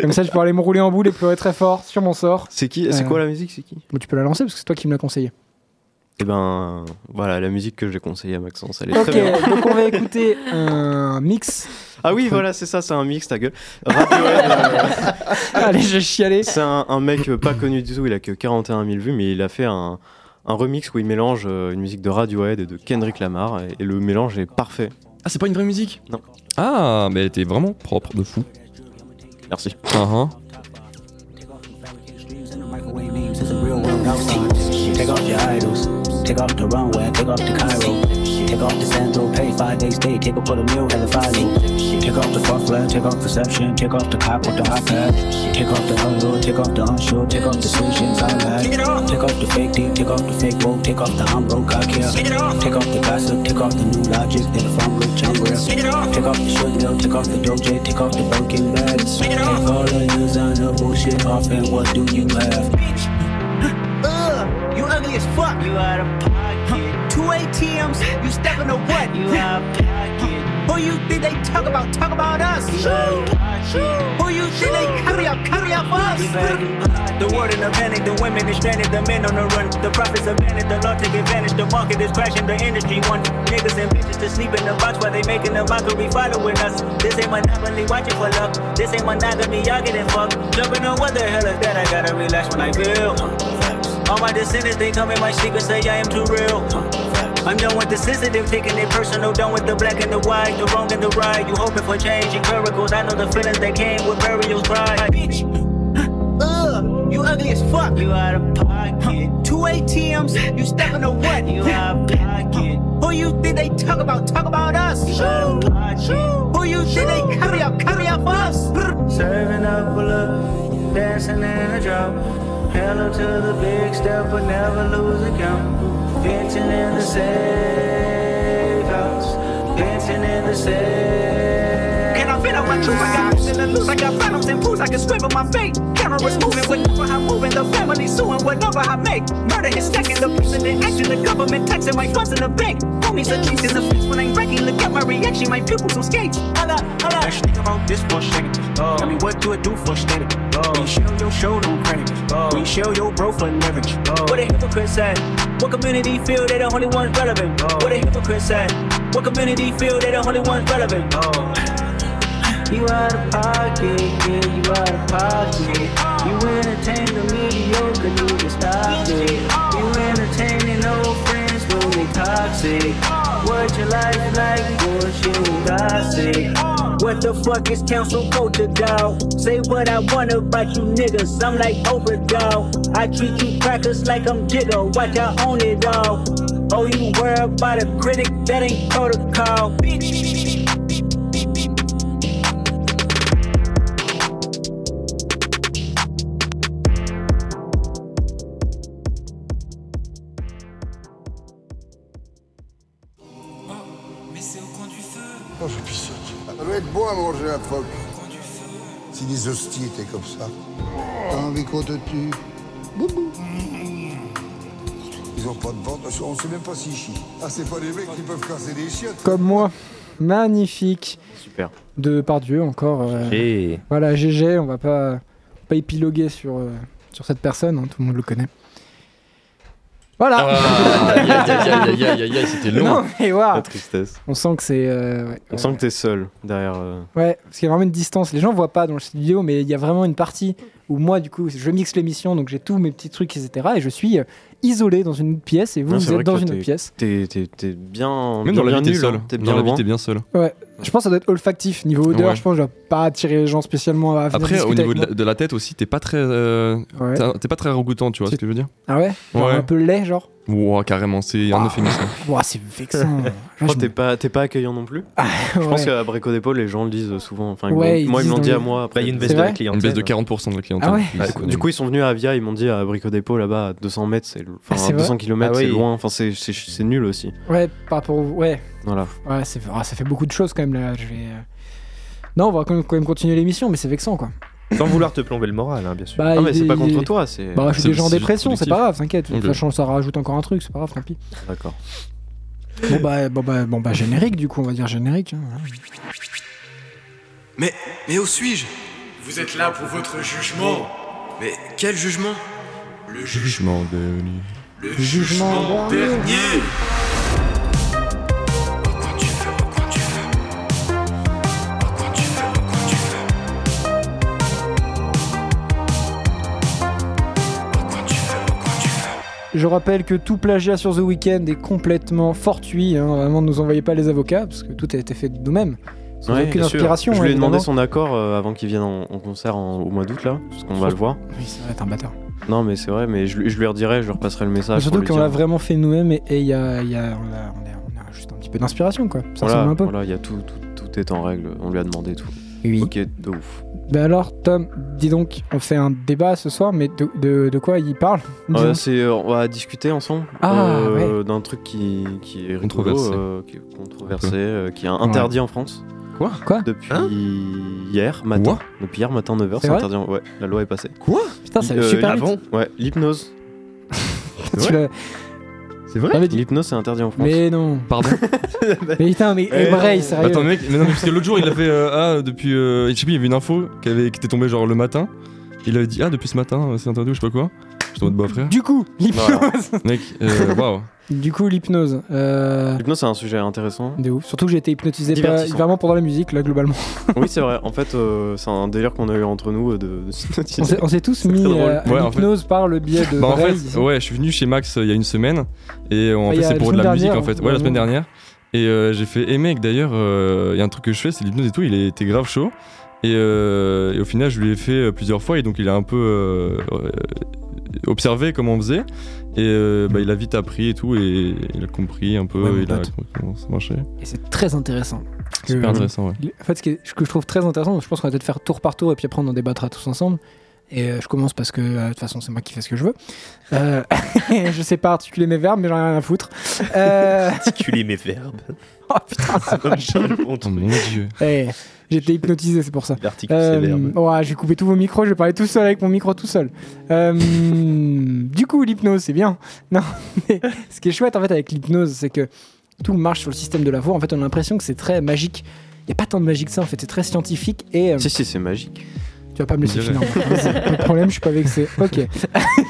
A: Comme ça, je peux aller me rouler en boule et pleurer très fort sur mon sort.
B: C'est qui
A: c'est
B: C'est
A: quoi
B: quoi la musique C'est qui
A: Bon, tu peux la lancer parce que c'est toi qui me l'as conseillé.
B: Eh ben, voilà, la musique que j'ai conseillée à Maxence, elle est
A: Ok,
B: très bien.
A: donc on va écouter un mix.
B: Ah oui, voilà, c'est ça, c'est un mix, ta gueule. Radiohead, euh,
A: Allez, je vais chialer.
B: c'est un, un mec euh, pas connu du tout, il a que 41 000 vues, mais il a fait un, un remix où il mélange euh, une musique de Radiohead et de Kendrick Lamar, et, et le mélange est parfait.
C: Ah, c'est pas une vraie musique
B: Non.
C: Ah, mais elle était vraiment propre de fou.
B: Merci.
C: Ah, ah.
H: Microwave memes is a real world outside. Take off your idols. Take off the runway. Take off the Cairo. Take off the sandal. Pay five days stay. Take up for the meal. Have a final. Take off the fuffler. Take off perception. Take off the cop with the iPad. Take off the hunger. Take off the unsure. Take off the solutions I had. Take off the fake deep. Take off the fake woke. Take off the humble cock here. Take off the gossip. Take off the new logic. Then the phone rich I'm real. Take off the short nail. Take off the doje. Take off the broken bags. Take all the news on the bullshit off. And what do you have? Uh,
I: Ugh, you ugly as fuck. You out of pocket. Two ATMs, you stepping to what? You out of pocket. Who you think they talk about? Talk about us. Who you think they carry up? Carry up us.
H: The world in a panic, the women is stranded, the men on the run. The profits are vanished, the law take advantage, the market is crashing, the industry one. Niggas and bitches to sleep in the box while they making a mockery following us. This ain't monopoly, watching for luck. This ain't monogamy, y'all getting fucked. Jumping on what the hell is that? I gotta relax when I feel. All my descendants, they come in my sleep and say I am too real. I'm done with the sensitive, taking it personal. Done with the black and the white, the wrong and the right. You hoping for change, in miracles. I know the feelings that came with burials, pride.
I: Ugh, you ugly as fuck. You out of pocket. Two ATMs, you stepping to what? You out of pocket. Who you think they talk about? Talk about us. Who you think they carry up? Carry up us.
H: Serving up a look, dancing in a drop. Hello to the big step, but never lose a count. Dancing in the safe house, dancing in the safe.
I: Can I fit up my truth? I got options to lose. I got phantoms and pools. I can swim with my fate. Cameras moving, whenever I'm moving. The family suing, whatever I make. Murder is second. The president acting. The government taxing my funds in the bank. Homies are cheating. The face when I'm wrecking. Look at my reaction. My pupils will skate. Hold up, hold up.
H: Actually, think about this for a second. Oh. Tell me what do it do for Oh. static? When you show your show no credit. When you show your bro for leverage.
I: What a hypocrite said. What community feel they the only ones relevant?
H: Oh.
I: What a hypocrite said. What community feel they the only ones relevant?
H: Oh. You out of pocket, yeah, you out of pocket. You entertain the mediocre, you can stop it. You entertaining old friends, though they toxic. What your life like, bullshit and gossip.
I: What the fuck is council culture, dog? Say what I want about you niggas, I'm like overdog. I treat you crackers like I'm jigger, watch I own it all. Oh, you worry about a critic, that ain't protocol.
J: Mes Oh, je suis pissé. Ça doit être bon à manger la phoque. Si les hosties étaient comme ça. Henri qu'on te tue. Boubou. Ils ont pas de ventre, on sait même pas s'ils chient. Ah, c'est pas des mecs qui peuvent casser des chiottes.
A: Comme moi. Magnifique.
B: Super.
A: De Pardieu encore. euh,
D: Et
A: Voilà, GG, on va pas, pas épiloguer sur, euh, sur cette personne, hein, tout le monde le connaît. Voilà
C: Ah, aïe, aïe, aïe, aïe, aïe, aïe, aïe, c'était long.
A: Non, mais waouh.
B: La tristesse.
A: On sent que c'est. euh, ouais,
B: On sent que t'es seul derrière. euh,
A: Ouais, parce qu'il y a vraiment une distance. Les gens voient pas dans cette vidéo, mais il y a vraiment une partie où moi, du coup, je mixe l'émission, donc j'ai tous mes petits trucs, etc. Et je suis euh, isolé dans une autre pièce et vous,
B: Non, c'est
A: vous
B: vrai
A: êtes dans
B: que
A: une
B: t'es-
A: autre pièce.
B: T'es t'es- t'es bien.
C: Même dans la
B: bien
C: vie, t'es
B: nul,
C: seul.
B: hein. T'es
C: Dans
B: bien
C: la vie,
B: loin.
C: t'es bien seul.
A: Ouais, je pense que ça doit être olfactif. Niveau odeur,
C: Ouais.
A: je pense que je dois pas attirer les gens spécialement à venir
C: Après, au
A: discuter
C: niveau de la,
A: avec
C: de la tête aussi, t'es pas très, euh,
A: moi. Ouais.
C: t'es- t'es pas très regoûtant, tu vois ce que je veux dire
A: Ah ouais Genre
C: Ouais.
A: Un peu laid, genre Ah.
C: Wow, carrément, c'est un euphémisme.
A: Ouah, c'est vexant. Là,
B: Je crois
A: je
B: que t'es pas, t'es pas accueillant non plus.
A: me-
B: Je pense
A: Ouais.
B: qu'à Brico Dépôt, les gens le disent souvent. Enfin, ils
A: Ouais,
B: m'ont-
A: ils
B: moi, ils
A: disent
B: m'ont
A: dans
B: dit
A: les-
B: à moi.
D: bah,
B: Après,
D: il y a une
B: euh,
D: baisse
A: C'est
D: de la
A: vrai
D: clientèle. hein.
C: Une baisse de 40% de la clientèle. Bah,
A: Ah ouais
B: Ouais,
C: c'est
B: du coup, ils sont venus à Avia, ils m'ont dit à Brico Dépôt là-bas, à 200 mètres, c'est enfin,
A: Ah, c'est
B: à 200 km,
D: Ah
B: c'est
D: oui.
B: loin, enfin, c'est- c'est c'est nul aussi.
A: ouais, par rapport au- Ouais,
B: Voilà.
A: ouais c'est- ah, ça fait beaucoup de choses quand même là. Je vais... euh, Non, on va quand même, quand même continuer l'émission, mais c'est vexant quoi.
D: Sans vouloir te plomber le moral, hein, bien sûr.
A: Bah,
B: Ah,
A: il
B: mais
A: est-
B: c'est pas
A: il
B: contre
A: est-
B: toi, euh, c'est.
A: Bah, je suis
C: C'est-
A: déjà en
C: c'est
A: dépression, c'est
C: subjectif.
A: pas grave, t'inquiète. De
C: Ok.
A: toute façon, ça rajoute encore un truc, c'est pas grave, tant pis.
B: D'accord.
A: Bon bah, bon bah, bon bah, générique du coup, on va dire générique. hein, voilà.
K: Mais, mais où suis-je Vous êtes là pour votre jugement. Mais quel jugement Le jugement.
C: Jugement dernier.
K: Le
A: jugement
K: jugement
A: dernier.
K: dernier. Au coin du feu, au coin du feu. Au coin du feu, au coin du feu. Au coin du feu, au coin du feu.
A: Je rappelle que tout plagiat sur The Weeknd est complètement fortuit. hein, Vraiment, ne nous envoyez pas les avocats, parce que tout a été fait de nous-mêmes. Sans
B: Ouais,
A: aucune
B: bien sûr.
A: inspiration.
B: Je lui ai
A: évidemment.
B: demandé son accord euh, avant qu'il vienne en, en concert en- au mois d'août, là, parce qu'on va le voir.
A: Oui, ça va être un bâtard.
B: Non, mais c'est vrai, mais je, lui- je lui redirai, je lui repasserai le
A: Mais
B: message. pour
A: surtout
B: lui
A: qu'on
B: dire.
A: l'a vraiment fait nous-mêmes et, et il y a, il y a- on, a, on a- on a juste un petit peu d'inspiration, quoi. Ça
B: Voilà,
A: ressemble un peu.
B: voilà, il y a tout, tout, tout est en règle, on lui a demandé tout.
A: Oui.
B: Ok, de ouf.
A: Ben alors, Tom, dis donc, on fait un débat ce soir, mais de, de- de quoi il parle Dis
B: Euh,
A: donc.
B: c'est, euh, on va discuter ensemble
A: Ah,
B: euh, d'un truc qui, qui est rigolo,
C: Controversé.
B: euh, qui est controversé, euh, qui est interdit en France
A: Quoi
B: depuis
D: Hein
B: hier matin.
C: Quoi
B: depuis hier matin 9h,
A: C'est
B: c'est
A: vrai
B: interdit. en- Ouais, la loi est passée.
A: Putain, ça va
B: Euh,
A: super
B: ah
A: vite.
D: bon
B: Ouais, l'hypnose.
A: Tu l'as-
C: C'est vrai
A: Ah, mais dis-
B: L'hypnose, c'est interdit en France.
A: Mais non.
C: Pardon
A: Mais putain, mais
B: Eh
A: Embraye,
B: non.
A: sérieux.
C: Attends, mec, mais non, mais parce que l'autre jour, il a fait. euh, ah, depuis. euh, je sais plus, il y avait une info qui, avait, qui était tombée genre le matin. Il avait dit Ah, depuis ce matin, euh, c'est interdit ou je sais pas quoi. J'étais en mode bah frère.
A: Du coup, l'hypnose.
C: Mec, euh, waouh.
A: Du coup, l'hypnose. Euh...
B: L'hypnose, c'est un sujet intéressant.
A: De ouf. Surtout que j'ai été hypnotisé pas,
B: Divertissant.
A: vraiment pendant la musique, là, globalement.
B: oui, c'est vrai. En fait, euh, c'est un délire qu'on a eu entre nous euh, de, de s'hypnotiser.
A: On s'est- on s'est tous mis
B: très drôle.
A: euh, à
C: Ouais, en
A: l'hypnose par le biais de.
C: Bah en
A: Braille.
C: fait, ouais, je suis venu chez Max euh, il y a une semaine et euh, en
A: Ah, il y
C: fait
A: a
C: c'est
A: la
C: pour de
A: semaine
C: la musique en
A: dernière,
C: fait. Ouais, la semaine
A: ouais.
C: dernière. Et euh, j'ai fait, et mec d'ailleurs, euh, il y a un truc que je fais, c'est l'hypnose et tout, il était grave chaud. Et, euh, et au final, je lui ai fait euh, plusieurs fois et donc il a un peu euh, euh, observé comment on faisait. Et euh, bah, il a vite appris et tout et il a compris un peu
A: Ouais, mon
C: il a
A: pote.
C: compris comment ça marchait.
A: Et c'est très intéressant. Parce que,
C: Super
A: euh,
C: intéressant, ouais.
A: En fait, ce, qui est- ce que je trouve très intéressant, je pense qu'on va peut-être faire tour par tour et puis après on en débattra tous ensemble. Et euh, je commence parce que euh, de toute façon, c'est moi qui fais ce que je veux. Euh, je sais pas articuler mes verbes, mais j'en ai rien à foutre. Euh,
D: Articuler mes verbes.
A: Oh putain, la
D: Comme
A: vache.
D: je le montre.
C: Oh mon dieu.
A: Eh, J'ai été hypnotisé, c'est pour ça.
D: Il articule ses
A: Euh,
D: verbes.
A: ouah, je vais couper tous vos micros, je vais parler tout seul avec mon micro tout seul. Euh, du coup, l'hypnose, c'est bien. Non, mais ce qui est chouette en fait avec l'hypnose, c'est que tout marche sur le système de la voix. En fait, on a l'impression que c'est très magique. Il n'y a pas tant de magie que ça, en fait, c'est très scientifique et euh,
B: Si, si, c'est magique.
A: tu vas pas me laisser
C: Dirais.
A: finir. hein, c'est pas de problème, je suis pas vexé. Ok.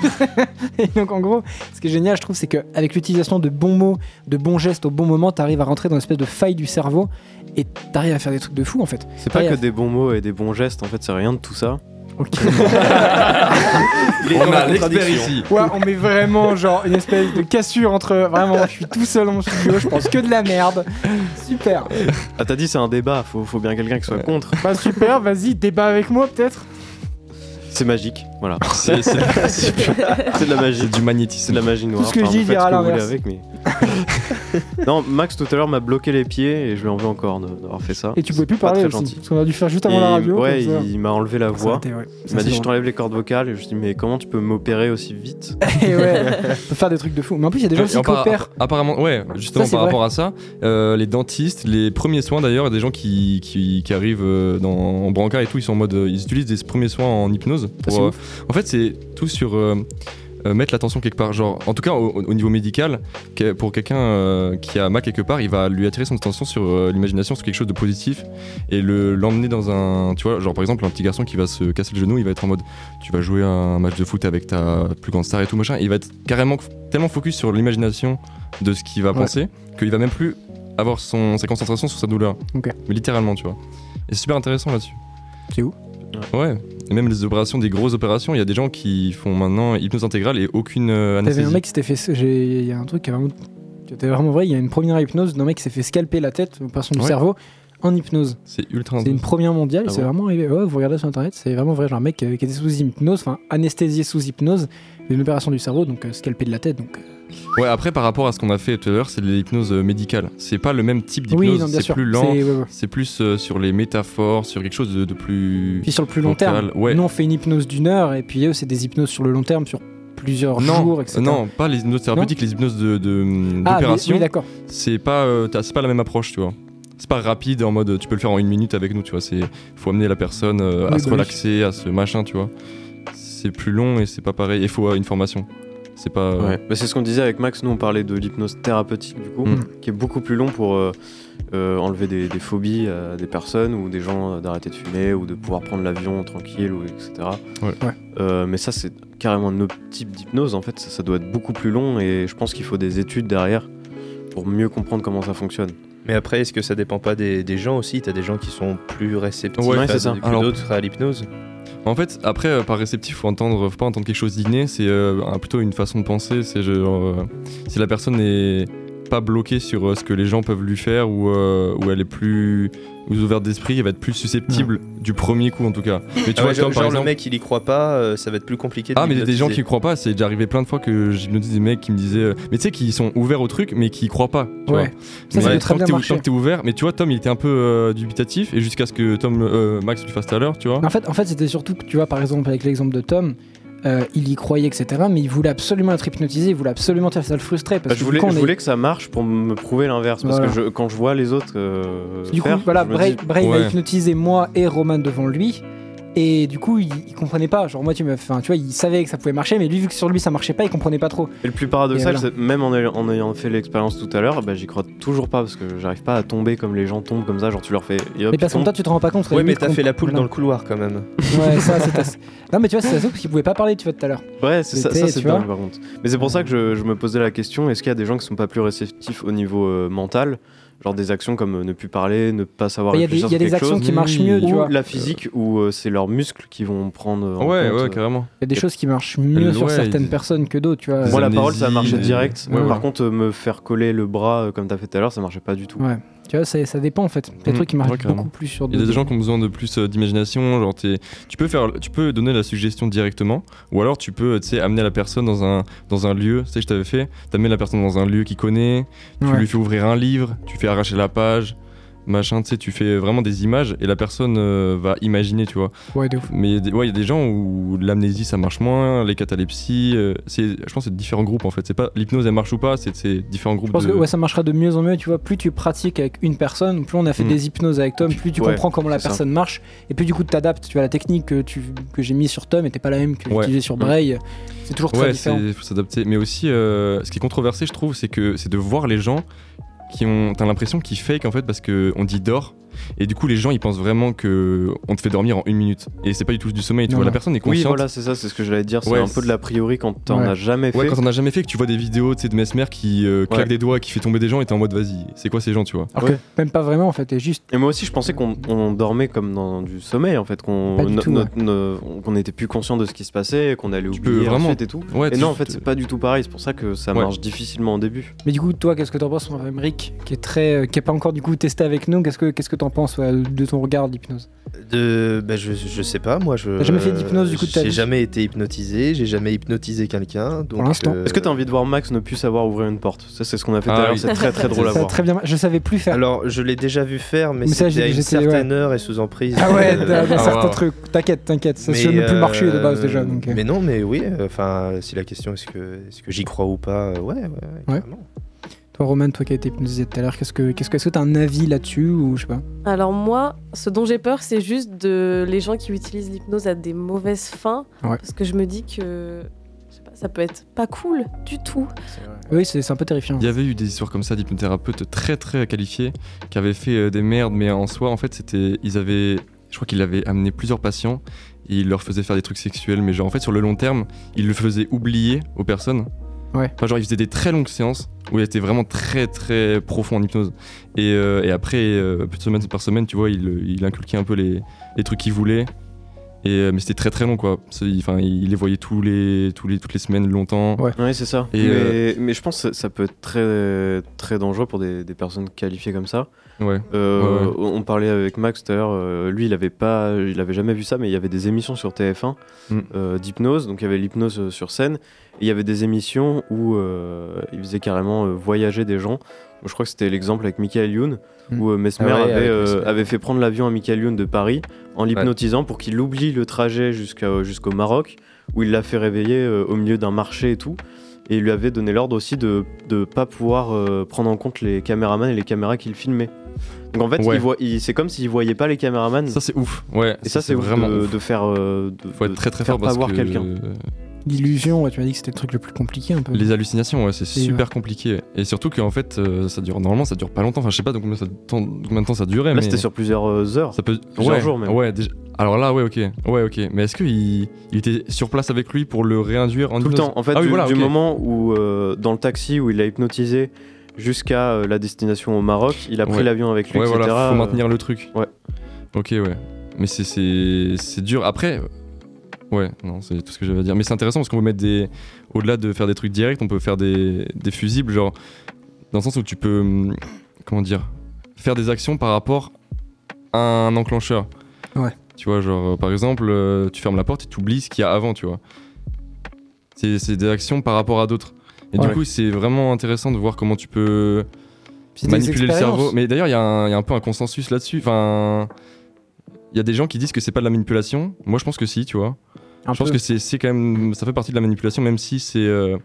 A: et donc en gros, ce qui est génial, je trouve, c'est qu'avec l'utilisation de bons mots, de bons gestes au bon moment, t'arrives à rentrer dans une espèce de faille du cerveau et t'arrives à faire des trucs de fou en fait.
B: C'est pas
A: Ouais.
B: que des bons mots et des bons gestes, en fait, c'est rien de tout ça.
A: Ok.
B: Il est
C: On a l'expert ici.
A: Ouais, on met vraiment genre une espèce de cassure entre. Vraiment, je suis tout seul dans mon studio, je pense que de la merde. Super.
B: Ah, t'as dit, c'est un débat, faut, faut bien quelqu'un qui soit contre.
A: Bah super, vas-y, débat avec moi peut-être.
B: C'est magique. Voilà. C'est c'est de, c'est de- c'est de la magie.
C: C'est du magnétisme.
B: C'est de la magie noire.
A: Tout ce que je
B: Enfin,
A: dis,
B: vous
A: il
B: faites
A: dira
B: ce que vous voulez
A: l'inverse.
B: avec, mais. non, Max tout à l'heure m'a bloqué les pieds et je lui en veux encore de- d'avoir fait ça.
A: Et tu pouvais plus
B: C'est pas très
A: parler aussi.
B: gentil.
A: Parce qu'on a dû faire juste avant la
B: Et
A: radio.
B: Ouais,
A: comme ça.
B: il m'a enlevé la
A: Ça
B: voix.
A: a été, ouais.
B: Il
A: Ça,
B: m'a
A: c'est
B: dit je
A: drôle.
B: t'enlève les cordes vocales et je dis mais comment tu peux m'opérer aussi vite
A: Et ouais, faut faire des trucs de fou. Mais en plus, il y a des gens
C: Et
A: qui
C: en par-
A: coopèrent.
B: Ah,
C: app- Apparemment, ouais, justement
A: Ça, c'est
C: par
A: vrai.
C: rapport à ça, euh, les dentistes, les premiers soins d'ailleurs, des gens qui, qui, qui arrivent euh, dans, en brancard et tout, ils sont en mode, euh, ils utilisent des premiers soins en hypnose. pour,
A: c'est
C: euh, en fait, c'est tout sur euh, euh, mettre l'attention quelque part. Genre, en tout cas, au, au niveau médical, que- pour quelqu'un euh, qui a mal quelque part, il va lui attirer son attention sur euh, l'imagination, sur quelque chose de positif et le l'emmener dans un, tu vois, genre par exemple un petit garçon qui va se casser le genou, il va être en mode tu vas jouer à un match de foot avec ta plus grande star et tout machin. Il va être carrément f- tellement focus sur l'imagination de ce qu'il va
A: Ouais.
C: penser qu'il va même plus avoir son, sa concentration sur sa douleur.
A: Ok.
C: Mais littéralement, tu vois. Et c'est super intéressant là-dessus.
A: C'est où
C: Ouais. Et même les opérations, des grosses opérations, il y a des gens qui font maintenant hypnose intégrale et aucune euh,
A: T'avais
C: anesthésie.
A: un mec qui s'était fait. j'ai- Il y a un truc qui est vraiment. C'était vraiment vrai. Il y a une première hypnose d'un mec qui s'est fait scalper la tête, une personne du
C: Ouais.
A: cerveau, en hypnose.
C: C'est ultra
A: C'est une
C: intéressant.
A: première mondiale,
B: Ah
A: c'est
B: bon
A: vraiment arrivé. Ouais, vous regardez sur internet, c'est vraiment vrai. Genre un mec euh, qui était sous hypnose, enfin anesthésié sous hypnose, il y a une opération du cerveau, donc euh, scalpé de la tête. Donc, euh,
C: Ouais, après, par rapport à ce qu'on a fait tout à l'heure, c'est de l'hypnose euh, médicale. C'est pas le même type
A: oui,
C: d'hypnose,
A: non, bien
C: c'est
A: sûr.
C: plus lent.
A: c'est- ouais, ouais.
C: C'est plus euh, sur les métaphores, sur quelque chose de, de plus.
A: Puis sur le plus long
C: Frontal,
A: terme,
C: ouais.
A: nous on fait une hypnose d'une heure, et puis eux c'est des hypnoses sur le long terme, sur plusieurs jours, etc.
C: non, pas les hypnoses thérapeutiques, les hypnoses de- de-
A: ah, mais-
C: d'opération.
A: oui, d'accord.
C: c'est pas, euh, t'as- c'est pas la même approche, tu vois. C'est pas rapide en mode tu peux le faire en une minute avec nous, tu vois. C'est faut amener la personne euh, à
A: Oui,
C: se
A: bah oui.
C: relaxer, à se machin, tu vois. C'est plus long et c'est pas pareil. Il faut euh, une formation. C'est pas. euh,
B: Ouais. Bah, c'est ce qu'on disait avec Max, nous on parlait de l'hypnose thérapeutique du coup,
C: Mm.
B: qui est beaucoup plus long pour euh, euh, enlever des, des phobies à des personnes ou des gens euh, d'arrêter de fumer ou de pouvoir prendre l'avion tranquille ou etc.
C: Ouais.
A: Ouais.
B: Euh, mais ça c'est carrément un autre type d'hypnose en fait, ça, ça doit être beaucoup plus long et je pense qu'il faut des études derrière pour mieux comprendre comment ça fonctionne.
D: Mais après, est-ce que ça dépend pas des, des gens aussi T'as des gens qui sont plus réceptifs
B: Ouais,
D: à-
B: c'est ça.
D: que
C: Alors-
D: d'autres à l'hypnose.
C: En fait, après, euh, par réceptif, faut entendre, faut pas entendre quelque chose d'inné. C'est euh, un- plutôt une façon de penser. C'est genre, euh, si la personne n'est pas bloquée sur euh, ce que les gens peuvent lui faire ou, euh, ou elle est plus, ou ouverte d'esprit, elle va être plus susceptible du premier coup en tout cas. Mais tu
D: Ah
C: vois, comme
D: ouais, genre,
C: par
D: genre,
C: exemple,
D: le mec, il y croit pas, euh, ça va être plus compliqué. de
C: Ah mais il y a des gens qui y
D: l'hypnotiser.
C: croient pas, c'est déjà arrivé plein de fois que j'hypnotise des mecs qui me disaient euh, mais tu sais qui sont ouverts au truc mais qui y croient pas. Tu
A: Ouais.
C: vois.
A: Ça, ça
C: Mais
A: peut très
C: tant que
A: bien
C: t'es-
A: marcher.
C: tant que t'es ouvert, mais tu vois Tom il était un peu euh, dubitatif et jusqu'à ce que Tom euh, Max lui fasse tout à l'heure, tu vois.
A: En fait, en fait c'était surtout que tu vois, par exemple, avec l'exemple de Tom. euh, il y croyait, etc. Mais il voulait absolument être hypnotisé, il voulait absolument faire ça le frustrait. Parce
B: Bah,
A: que
B: je voulais,
A: du coup, on
B: je
A: est-
B: voulais que ça marche pour me prouver l'inverse parce que
A: Voilà.
B: je- quand je vois les autres euh,
A: Du coup,
B: faire,
A: voilà,
B: je me
A: Bray,
B: dis,
A: Bray m'a
C: Ouais.
A: hypnotisé moi et Roman devant lui. Et du coup, il, il comprenait pas. Genre, moi, tu m'as fait. Tu vois, il savait que ça pouvait marcher, mais lui, vu que sur lui ça marchait pas, il comprenait pas trop.
B: Et le plus paradoxal,
A: Et voilà.
B: c'est même en, ay- en ayant fait l'expérience tout à l'heure, bah, j'y crois toujours pas parce que j'arrive pas à tomber comme les gens tombent comme ça. Genre, tu leur fais. et hop,
A: mais parce
B: ils
A: que toi, tu te rends pas compte.
D: Ouais, mais t'as fait la poule dans le couloir quand même.
A: dans le. Ouais, ça, c'est assez- Non, mais tu vois, c'est assez parce qu'il pouvait pas parler, tu vois, tout à l'heure.
B: tombent. Ouais, c'est ça,
A: L'été,
B: ça, c'est
A: tu vois.
B: dingue par contre. Mais c'est pour ça que je, je me posais la question est-ce qu'il y a des gens qui sont pas plus réceptifs au niveau euh, mental Genre des actions comme euh, ne plus parler, ne pas savoir
A: Il Bah, y a des,
B: réfléchir
A: il y
B: sur
A: a des
B: quelque
A: actions
B: chose,
A: qui marchent mieux,
B: ou
A: tu vois. Il
B: la physique où euh, c'est leurs muscles qui vont prendre. euh, en
C: ouais
B: compte,
C: ouais
B: euh.
C: carrément.
A: y a des choses qui marchent mieux sur
C: Ouais,
A: certaines
C: ils-
A: personnes que d'autres, tu vois.
B: Moi, la
C: Amnésie,
B: parole, ça marchait
C: euh,
B: direct.
C: ouais,
B: Par
C: ouais.
B: contre, euh, me faire coller le bras euh, comme t'as fait tout à l'heure, ça marchait pas du tout.
A: Ouais. Tu vois, ça, ça dépend en fait. Il y a des
C: Mm,
A: trucs qui marchent
C: ouais, carrément.
A: beaucoup plus sur
C: Il y a des
A: d'autres.
C: gens qui ont besoin de plus euh, d'imagination, genre t'es- tu peux faire tu peux donner la suggestion directement ou alors tu peux tu sais amener la personne dans un dans un lieu, tu sais je t'avais fait, t'amènes la personne dans un lieu qu'il connaît, tu
A: Ouais.
C: lui fais ouvrir un livre, tu fais arracher la page, machin, tu sais tu fais vraiment des images et la personne euh, va imaginer, tu vois.
A: Ouais, de ouf.
C: Mais il y a des- ouais, il y a des gens où l'amnésie ça marche moins, les catalepsies, euh, c'est, je pense que c'est différents groupes en fait. C'est pas l'hypnose elle marche ou pas, c'est, c'est différents groupes
A: Je pense
C: de.
A: que ouais, ça marchera de mieux en mieux, tu vois, plus tu pratiques avec une personne, plus on a fait
C: Mm.
A: des hypnoses avec Tom, plus tu
B: Ouais,
A: comprends comment la
B: c'est ça.
A: personne marche, et plus du coup tu t'adaptes, tu vois, la technique que, tu, que j'ai mise sur Tom n'était pas la même que
C: Ouais.
A: j'utilisais sur Bray, c'est toujours très
C: Ouais,
A: différent.
C: c'est faut s'adapter. Mais aussi, euh, ce qui est controversé, je trouve, c'est que c'est de voir les gens qui ont, t'as l'impression qu'ils fake en fait parce que on dit dors et du coup les gens ils pensent vraiment que on te fait dormir en une minute et c'est pas du tout du sommeil. Tu
A: Non,
C: vois,
A: non.
C: la personne est consciente.
B: Oui, voilà, c'est ça, c'est ce que j'allais dire. C'est
C: Ouais,
B: un peu de l'a priori quand t'en
A: Ouais.
B: as jamais fait.
C: Ouais, quand on a jamais fait que tu vois des vidéos, tu sais, de mesmer qui euh, claque
B: Ouais.
C: des doigts, qui fait tomber des gens, et t'es en mode vas-y, c'est quoi ces gens, tu vois
A: Alors
B: Ouais.
A: que même pas vraiment en fait, et juste
B: Et moi aussi, je pensais qu'on on dormait comme dans du sommeil, en fait, qu'on
A: Pas du
B: no-
A: tout,
B: no- no- qu'on était plus conscient de ce qui se passait, qu'on allait
C: Tu
B: oublier
C: peux vraiment-
B: ensuite et tout.
C: Ouais,
B: et
C: tu-
B: non, en fait, c'est pas du tout pareil. C'est pour ça que ça
C: Ouais. Euh,
B: marche difficilement au début.
A: Mais du coup, toi, qu'est-ce que t'en penses, Rick, qui est très, euh, qui est pas encore du coup testé avec nous Qu'est-ce que, qu'est-ce que t'en penses ouais, de ton regard d'hypnose
D: De, bah, je, je sais pas, moi je.
A: T'as jamais fait d'hypnose, du coup, de ta
D: J'ai
A: vie
D: jamais été hypnotisé, j'ai jamais hypnotisé quelqu'un. donc,
A: l'instant.
D: euh,
B: Est-ce que t'as envie de voir Max ne plus savoir ouvrir une porte Ça, c'est ce qu'on a fait tout
D: Ah
B: à l'heure,
D: oui.
B: c'est très très drôle à
A: Ça,
B: voir.
A: très bien. Je savais plus faire.
D: Alors, je l'ai déjà vu faire, mais,
A: Mais ça,
D: c'était à
A: j'ai-
D: une
A: j'étais- ouais.
D: certaine heure et sous emprise.
A: Ah ouais,
D: euh,
A: dans dans
D: à
A: certains
D: voir.
A: trucs. T'inquiète, t'inquiète. Ça
D: Mais,
A: se ne plus
D: euh,
A: marcher de base déjà. Donc, euh.
D: Mais non, mais oui. Enfin, si la question est-ce que, est-ce que j'y crois ou pas, euh, ouais, ouais, ouais,
A: Ouais.
D: carrément.
A: Toi, Roman, toi qui as été hypnotisé tout à l'heure, qu'est-ce que, qu'est-ce que, est-ce que t'as un avis là-dessus ou je sais pas
E: Alors moi, ce dont j'ai peur, c'est juste de les gens qui utilisent l'hypnose à des mauvaises fins,
A: Ouais.
E: parce que je me dis que je sais pas, ça peut être pas cool du tout.
A: Oui, c'est, c'est un peu terrifiant.
C: Il y avait eu des histoires comme ça d'hypnothérapeutes très très qualifiés qui avaient fait euh, des merdes, mais en soi, en fait, c'était. Ils avaient. Je crois qu'ils avaient amené plusieurs patients et ils leur faisaient faire des trucs sexuels, mais genre, en fait, sur le long terme, ils le faisaient oublier aux personnes.
A: Ouais.
C: Enfin, genre, ils faisaient des très longues séances où ils étaient vraiment très très profonds en hypnose. Et, euh, et après, euh, plus de semaine par semaine, tu vois, ils il inculquaient un peu les, les trucs qu'ils voulaient. Et, euh, mais c'était très très long quoi. C'est- Enfin, ils les voyaient tous les, tous les, toutes les semaines longtemps.
A: Ouais.
B: Ouais, c'est ça.
C: Et,
B: mais,
C: euh,
B: mais je pense que ça- ça peut être très, très dangereux pour des, des personnes qualifiées comme ça.
C: Ouais.
B: Euh,
C: Ouais, ouais.
B: On parlait avec Max tout à l'heure, euh, lui il avait, pas, il avait jamais vu ça, mais il y avait des émissions sur TF1
C: Mm.
B: euh, d'hypnose, donc il y avait l'hypnose euh, sur scène, et il y avait des émissions où euh, il faisait carrément euh, voyager des gens. Je crois que c'était l'exemple avec Michael Youn,
A: Mm.
B: où euh, Mesmer
D: Ah ouais,
B: avait,
D: avec
B: euh,
D: Mesmer.
B: avait fait prendre l'avion à Michael Youn de Paris en l'hypnotisant pour qu'il oublie le trajet jusqu'à- jusqu'au Maroc, où il l'a fait réveiller euh, au milieu d'un marché et tout. Et il lui avait donné l'ordre aussi de ne pas pouvoir euh, prendre en compte les caméramans et les caméras qu'il filmait. Donc en fait,
C: Ouais.
B: il voit- il- c'est comme s'il voyait pas les caméramans.
C: Ça, c'est ouf. Ouais.
B: et ça, c'est ouf
C: vraiment
B: de,
C: ouf.
B: de faire. euh, de,
C: Faut
B: de
C: être très très
B: faire
C: fort
B: pas
C: parce
B: voir
C: que
B: quelqu'un.
C: euh,
A: L'illusion, ouais, tu m'as dit que c'était le truc le plus compliqué un peu.
C: les hallucinations, ouais, c'est
A: C'est-
C: super compliqué. Et surtout qu'en fait, euh, ça dure normalement, ça dure pas longtemps. Enfin, je sais pas donc combien, ça- temps- combien de temps ça durait.
B: Là,
C: mais
B: c'était sur plusieurs euh, heures.
C: ça peut
B: plusieurs
C: ouais,
B: jours même.
C: Ouais. déjà- Alors là, ouais, ok, ouais, ok. Mais est-ce qu'il il était sur place avec lui pour le réinduire en
B: Tout le
C: hypnose
B: temps. En fait,
C: Ah oui,
B: du,
C: voilà,
B: du
C: ok.
B: moment où, euh, dans le taxi, où il l'a hypnotisé jusqu'à euh, la destination au Maroc, il a pris
C: Ouais.
B: l'avion avec lui,
C: Ouais,
B: etc.
C: voilà, faut
B: euh,
C: maintenir le truc.
B: ouais.
C: Ok, ouais. Mais c'est- c'est c'est dur. Après, ouais, non, c'est tout ce que j'avais à dire. Mais c'est intéressant parce qu'on peut mettre des. Au-delà de faire des trucs directs, on peut faire des, des fusibles, genre. Dans le sens où tu peux. hum, Comment dire Faire des actions par rapport à un enclencheur.
A: Ouais.
C: Tu vois, genre, euh, par exemple, euh, tu fermes la porte et tu oublies ce qu'il y a avant, tu vois. C'est c'est des actions par rapport à d'autres. Et
A: Ouais.
C: du coup, c'est vraiment intéressant de voir comment tu peux
A: C'est des
C: manipuler le
A: expériences.
C: cerveau. Mais d'ailleurs, il y, a un il y a un peu un consensus là-dessus. Enfin, il y a des gens qui disent que c'est pas de la manipulation. Moi, je pense que si, tu vois.
A: Un
C: je pense
A: peu.
C: que c'est- c'est quand même, ça fait partie de la manipulation, même si c'est, euh,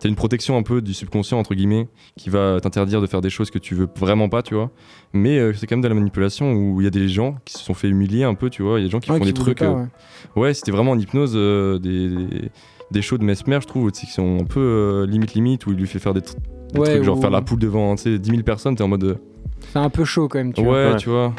C: t'as une protection un peu du subconscient entre guillemets qui va t'interdire de faire des choses que tu veux vraiment pas, tu vois. Mais euh, c'est quand même de la manipulation où il y a des gens qui se sont fait humilier un peu, tu vois. Il y a des gens qui
A: Ouais,
C: font
A: qui
C: des
A: voulaient
C: trucs.
A: pas,
C: euh,
A: ouais.
C: Ouais, c'était vraiment en hypnose euh, des, des, des shows de Mesmer, je trouve, tu sais, qui sont un peu euh, limite limite, où il lui fait faire des, tr- des
A: Ouais,
C: trucs, genre
A: ou-
C: faire la poule devant tu sais, 10 000 personnes, t'es en mode. euh,
A: C'est un peu chaud quand même, tu vois.
C: ouais,
B: ouais.
C: tu vois.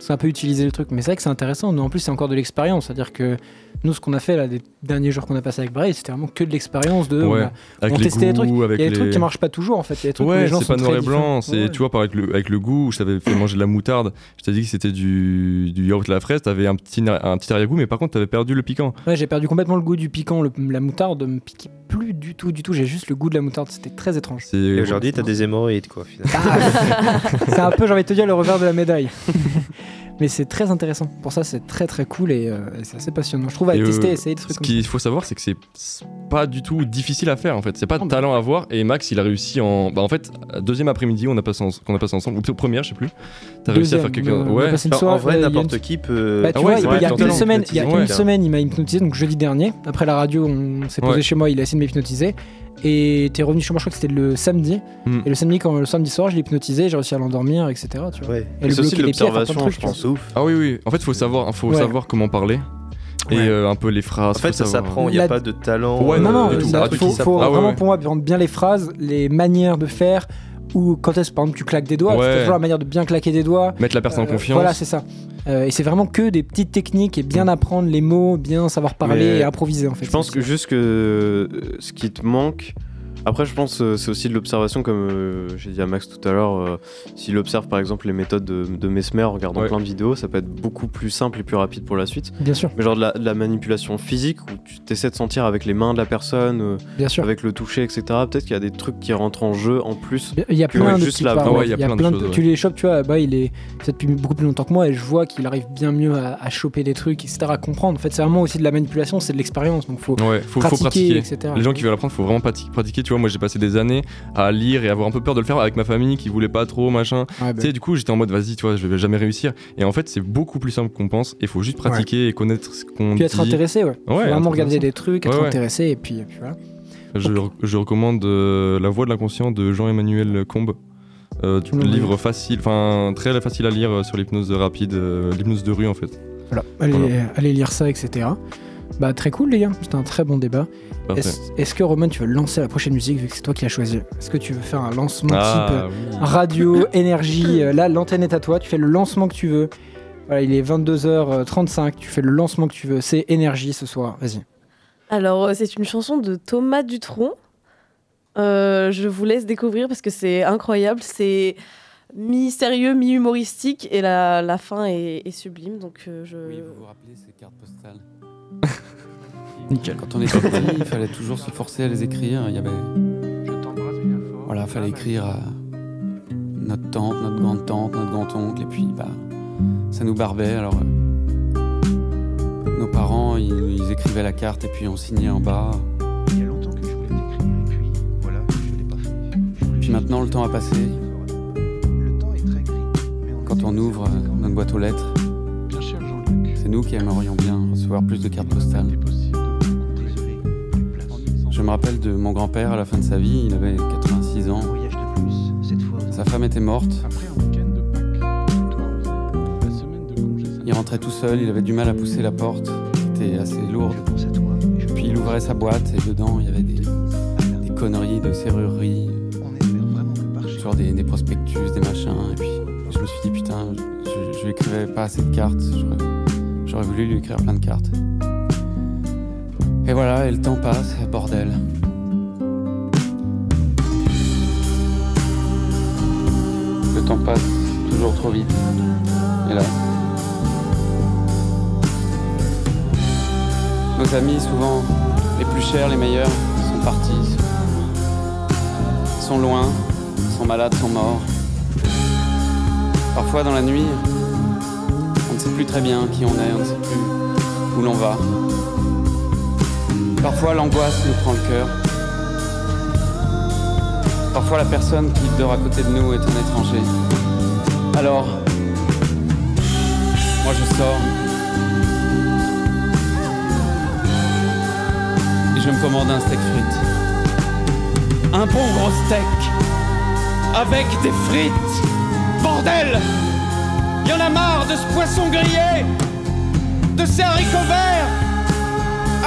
A: C'est un peu utiliser le truc, mais c'est vrai que c'est intéressant. Nous, en plus, c'est encore de l'expérience. C'est-à-dire que nous, ce qu'on a fait là, des derniers jours qu'on a passé avec Bray, c'était vraiment que de l'expérience. De, on
C: ouais.
A: a- on testait les trucs.
C: avec
A: Il y a des
C: les-
A: trucs qui marchent pas toujours en fait. Il y a des trucs où les
C: Ouais,
A: gens
C: c'est pas
A: sont
C: noir
A: très
C: et blanc,
A: différents.
C: c'est
A: Ouais.
C: tu vois par avec le avec le goût, je t'avais fait manger de la moutarde, je t'avais dit que c'était du du yaourt à la fraise, t'avais un petit na- un petit arrière-goût mais par contre t'avais perdu le piquant.
A: Ouais, j'ai perdu complètement le goût du piquant. le- la moutarde me piquait plus du tout, du tout. J'ai juste le goût de la moutarde. C'était très étrange.
C: C'est
D: Et aujourd'hui, t'as des hémorroïdes, quoi, finalement.
A: C'est un peu, j'ai envie de te dire, le revers de la médaille. mais c'est très intéressant. Pour ça, c'est très très cool et, euh, et c'est assez passionnant. Je trouve à
C: Et, euh,
A: tester, essayer des trucs
C: ce
A: comme ça.
C: qu'il faut savoir c'est que c'est c'est pas du tout difficile à faire en fait, c'est pas de
A: Non, Ah, mais-
C: talent à voir et Max il a réussi en bah en fait deuxième après-midi on a passé en- qu'on a passé ensemble ou plutôt première, je sais plus. T'as réussi à faire quelque
A: Deuxième, euh,
C: chose.
A: on a
C: Ouais. Bah,
A: passé une
D: Enfin, en
A: soirée,
D: vrai,
A: euh, il y a
D: n'importe
A: une-
D: qui peut.
A: Bah, tu
C: Ah
A: vois,
C: ouais,
A: il y a-
C: ouais,
A: il y a
C: t'as
A: une
C: raison,
A: semaine, il y a
C: hypnotisé,
A: une
C: ouais.
A: semaine, il m'a hypnotisé. Donc jeudi dernier, après la radio, on s'est posé
C: Ouais.
A: chez moi, il a essayé de m'hypnotiser. Et t'es revenu chez moi, je crois que c'était le samedi.
C: Hmm.
A: Et le samedi, quand le samedi soir, je l'ai hypnotisé, j'ai réussi à l'endormir, etc. Tu vois.
D: Ouais.
A: Et le
B: C'est aussi de
A: bloquer les pieds, à faire plein de
B: l'observation,
A: trucs,
B: je
A: tu vois.
B: pense.
D: C'est ouf.
C: Ah oui oui, en fait faut savoir faut
A: Ouais.
C: savoir comment parler et
D: Ouais.
C: euh, un peu les phrases.
D: En fait,
C: faut
D: ça
C: savoir-
D: s'apprend, il n'y
A: La-
D: a pas de talent.
C: Ouais,
D: euh,
A: non, non,
D: de
C: du tout.
A: il
D: truc
A: faut,
C: Ah,
D: qui
A: faut
D: s'apprend.
C: Ah ouais,
A: vraiment
C: ouais.
A: pour moi prendre bien les phrases, les manières de faire, ou quand est-ce par exemple tu claques des doigts,
C: Ouais.
A: c'est toujours la manière de bien claquer des doigts.
C: mettre la personne en
A: Euh,
C: confiance. Mm.
A: Voilà, c'est ça. Euh, et c'est vraiment que des petites techniques et bien apprendre les mots, bien savoir parler
B: Mais
A: et improviser en fait.
B: Je pense
A: C'est-
B: que juste que euh, ce qui te manque, Après, je pense que c'est aussi de l'observation, comme euh, j'ai dit à Max tout à l'heure. euh, S'il observe par exemple les méthodes de, de Mesmer en regardant
C: Ouais.
B: plein de vidéos, ça peut être beaucoup plus simple et plus rapide pour la suite.
A: Bien sûr,
B: Mais genre de la, de la manipulation physique où tu essaies de sentir avec les mains de la personne, euh,
A: bien sûr.
B: avec le toucher, etc. Peut-être qu'il y a des trucs qui rentrent en jeu en plus.
A: Il y a
B: Que
A: plein de
B: juste
A: petites
B: la-
A: paroles,
C: Ah ouais, il y a plein de choses,
A: Tu
C: ouais.
A: les chopes, tu vois, bah, il est peut-être depuis beaucoup plus longtemps que moi et je vois qu'il arrive bien mieux à, à choper des trucs, etc., à comprendre. En fait, c'est vraiment aussi de la manipulation, c'est de l'expérience, donc faut,
C: Ouais, faut, faut
A: pratiquer,
C: pratiquer.
A: etc.
C: Les gens qui veulent apprendre, faut vraiment prati- pratiquer. Tu vois, moi j'ai passé des années à lire et avoir un peu peur de le faire avec ma famille qui voulait pas trop, machin.
A: Ouais, bah,
C: Tu sais, du coup, j'étais en mode vas-y, tu vois, je vais jamais réussir. Et en fait, c'est beaucoup plus simple qu'on pense. Il faut juste pratiquer et connaître ce qu'on
A: puis
C: dit.
A: être intéressé, ouais. Faut vraiment
C: être
A: regarder
C: intéressé.
A: des trucs, être
C: Ouais, ouais.
A: intéressé, et puis, et puis voilà.
C: Je, je recommande euh, La Voix de l'inconscient de Jean-Emmanuel Combes. Euh,
A: me l'as
C: livre facile, enfin très facile à lire euh, sur l'hypnose rapide, euh, l'hypnose de rue en fait.
A: Voilà. Allez,
C: Voilà.
A: allez lire ça, etc. Bah, très cool, les gars. C'était un très bon débat.
C: Parfait.
A: Est-ce est-ce que, Roman, tu veux lancer la prochaine musique, vu que c'est toi qui l'as choisi Est-ce que tu veux faire un lancement type
C: Ah,
A: euh,
C: oui.
A: radio, énergie euh, Là, l'antenne est à toi. Tu fais le lancement que tu veux. Voilà, il est 22h35. Tu fais le lancement que tu veux. C'est énergie ce soir. Vas-y.
E: Alors, euh, c'est une chanson de Thomas Dutronc. Euh, je vous laisse découvrir parce que c'est incroyable. C'est mi-sérieux, mi-humoristique et la, la fin est, est sublime. Donc, euh, je...
G: Oui, vous vous rappelez ces cartes postales
A: Nickel.
G: Quand on était petit, il fallait toujours se forcer à les écrire. Il y avait. Voilà, fallait écrire à notre tante, notre grande tante, notre grand oncle, et puis bah, ça nous barbait. Alors euh, nos parents, ils, ils écrivaient la carte et puis on signait en bas.
L: Il y a longtemps que je voulais t'écrire et puis voilà, je l'ai pas fait.
G: Puis maintenant, le temps a passé.
L: Le temps est très gris, mais on
G: Quand on ouvre euh, notre boîte aux lettres,
L: bien cher Jean-Luc,
G: c'est nous qui aimerions bien recevoir plus de cartes postales.
L: c'est possible de vous rencontrer.
G: Je me rappelle de mon grand-père à la fin de sa vie, il avait 86 ans.
L: Un voyage de plus, cette fois.
G: Sa femme était morte.
L: Après un week-end de Pâques, tu dois oser. La semaine de congé, ça
G: Il rentrait tout seul, il avait du mal à pousser la porte, qui était assez lourde.
L: Je pense à toi. et je
G: Puis il ouvrait sa boîte et dedans il y avait des, des conneries de serrurerie,
L: On espère vraiment que par chez
G: genre des, des prospectus, des machins. Et puis je me suis dit putain, je, je lui écrivais pas assez de cartes, j'aurais, j'aurais voulu lui écrire plein de cartes. Et voilà, et le temps passe, bordel. Le temps passe toujours trop vite. Et là. Nos amis, souvent les plus chers, les meilleurs, sont partis, sont loin, sont malades, sont morts. Parfois dans la nuit, on ne sait plus très bien qui on est, on ne sait plus où l'on va. Parfois l'angoisse nous prend le cœur. Parfois la personne qui dort à côté de nous est un étranger. Alors, moi je sors. Et je me commande un steak frites. Un bon gros steak avec des frites. Bordel Y en a marre de ce poisson grillé, de ces haricots verts.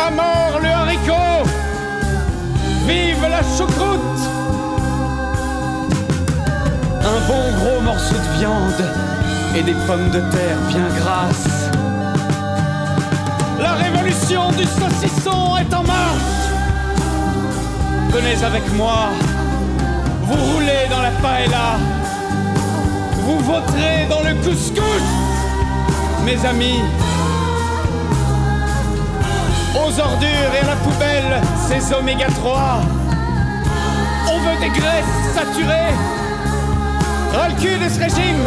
G: À mort le haricot Vive la choucroute un bon gros morceau de viande et des pommes de terre bien grasses. La révolution du saucisson est en marche. Venez avec moi, vous roulez dans la paella, vous voterez dans le couscous, mes amis. Aux ordures et à la poubelle, ces oméga 3. On veut des graisses saturées. Ras le cul de ce régime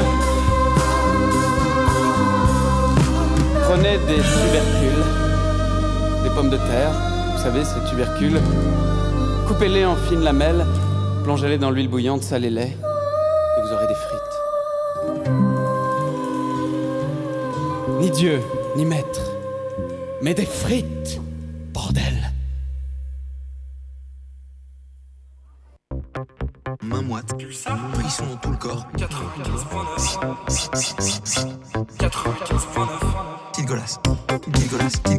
G: Prenez des tubercules, des pommes de terre, vous savez, ces tubercules. Coupez-les en fines lamelles, plongez-les dans l'huile bouillante, salez-les, et vous aurez des frites. Ni Dieu, ni maître, mais des frites Bordel
L: Main moite, frisson dans tout le corps. 95.9. 95.9. Gilgolas. Gilgolas. Gil-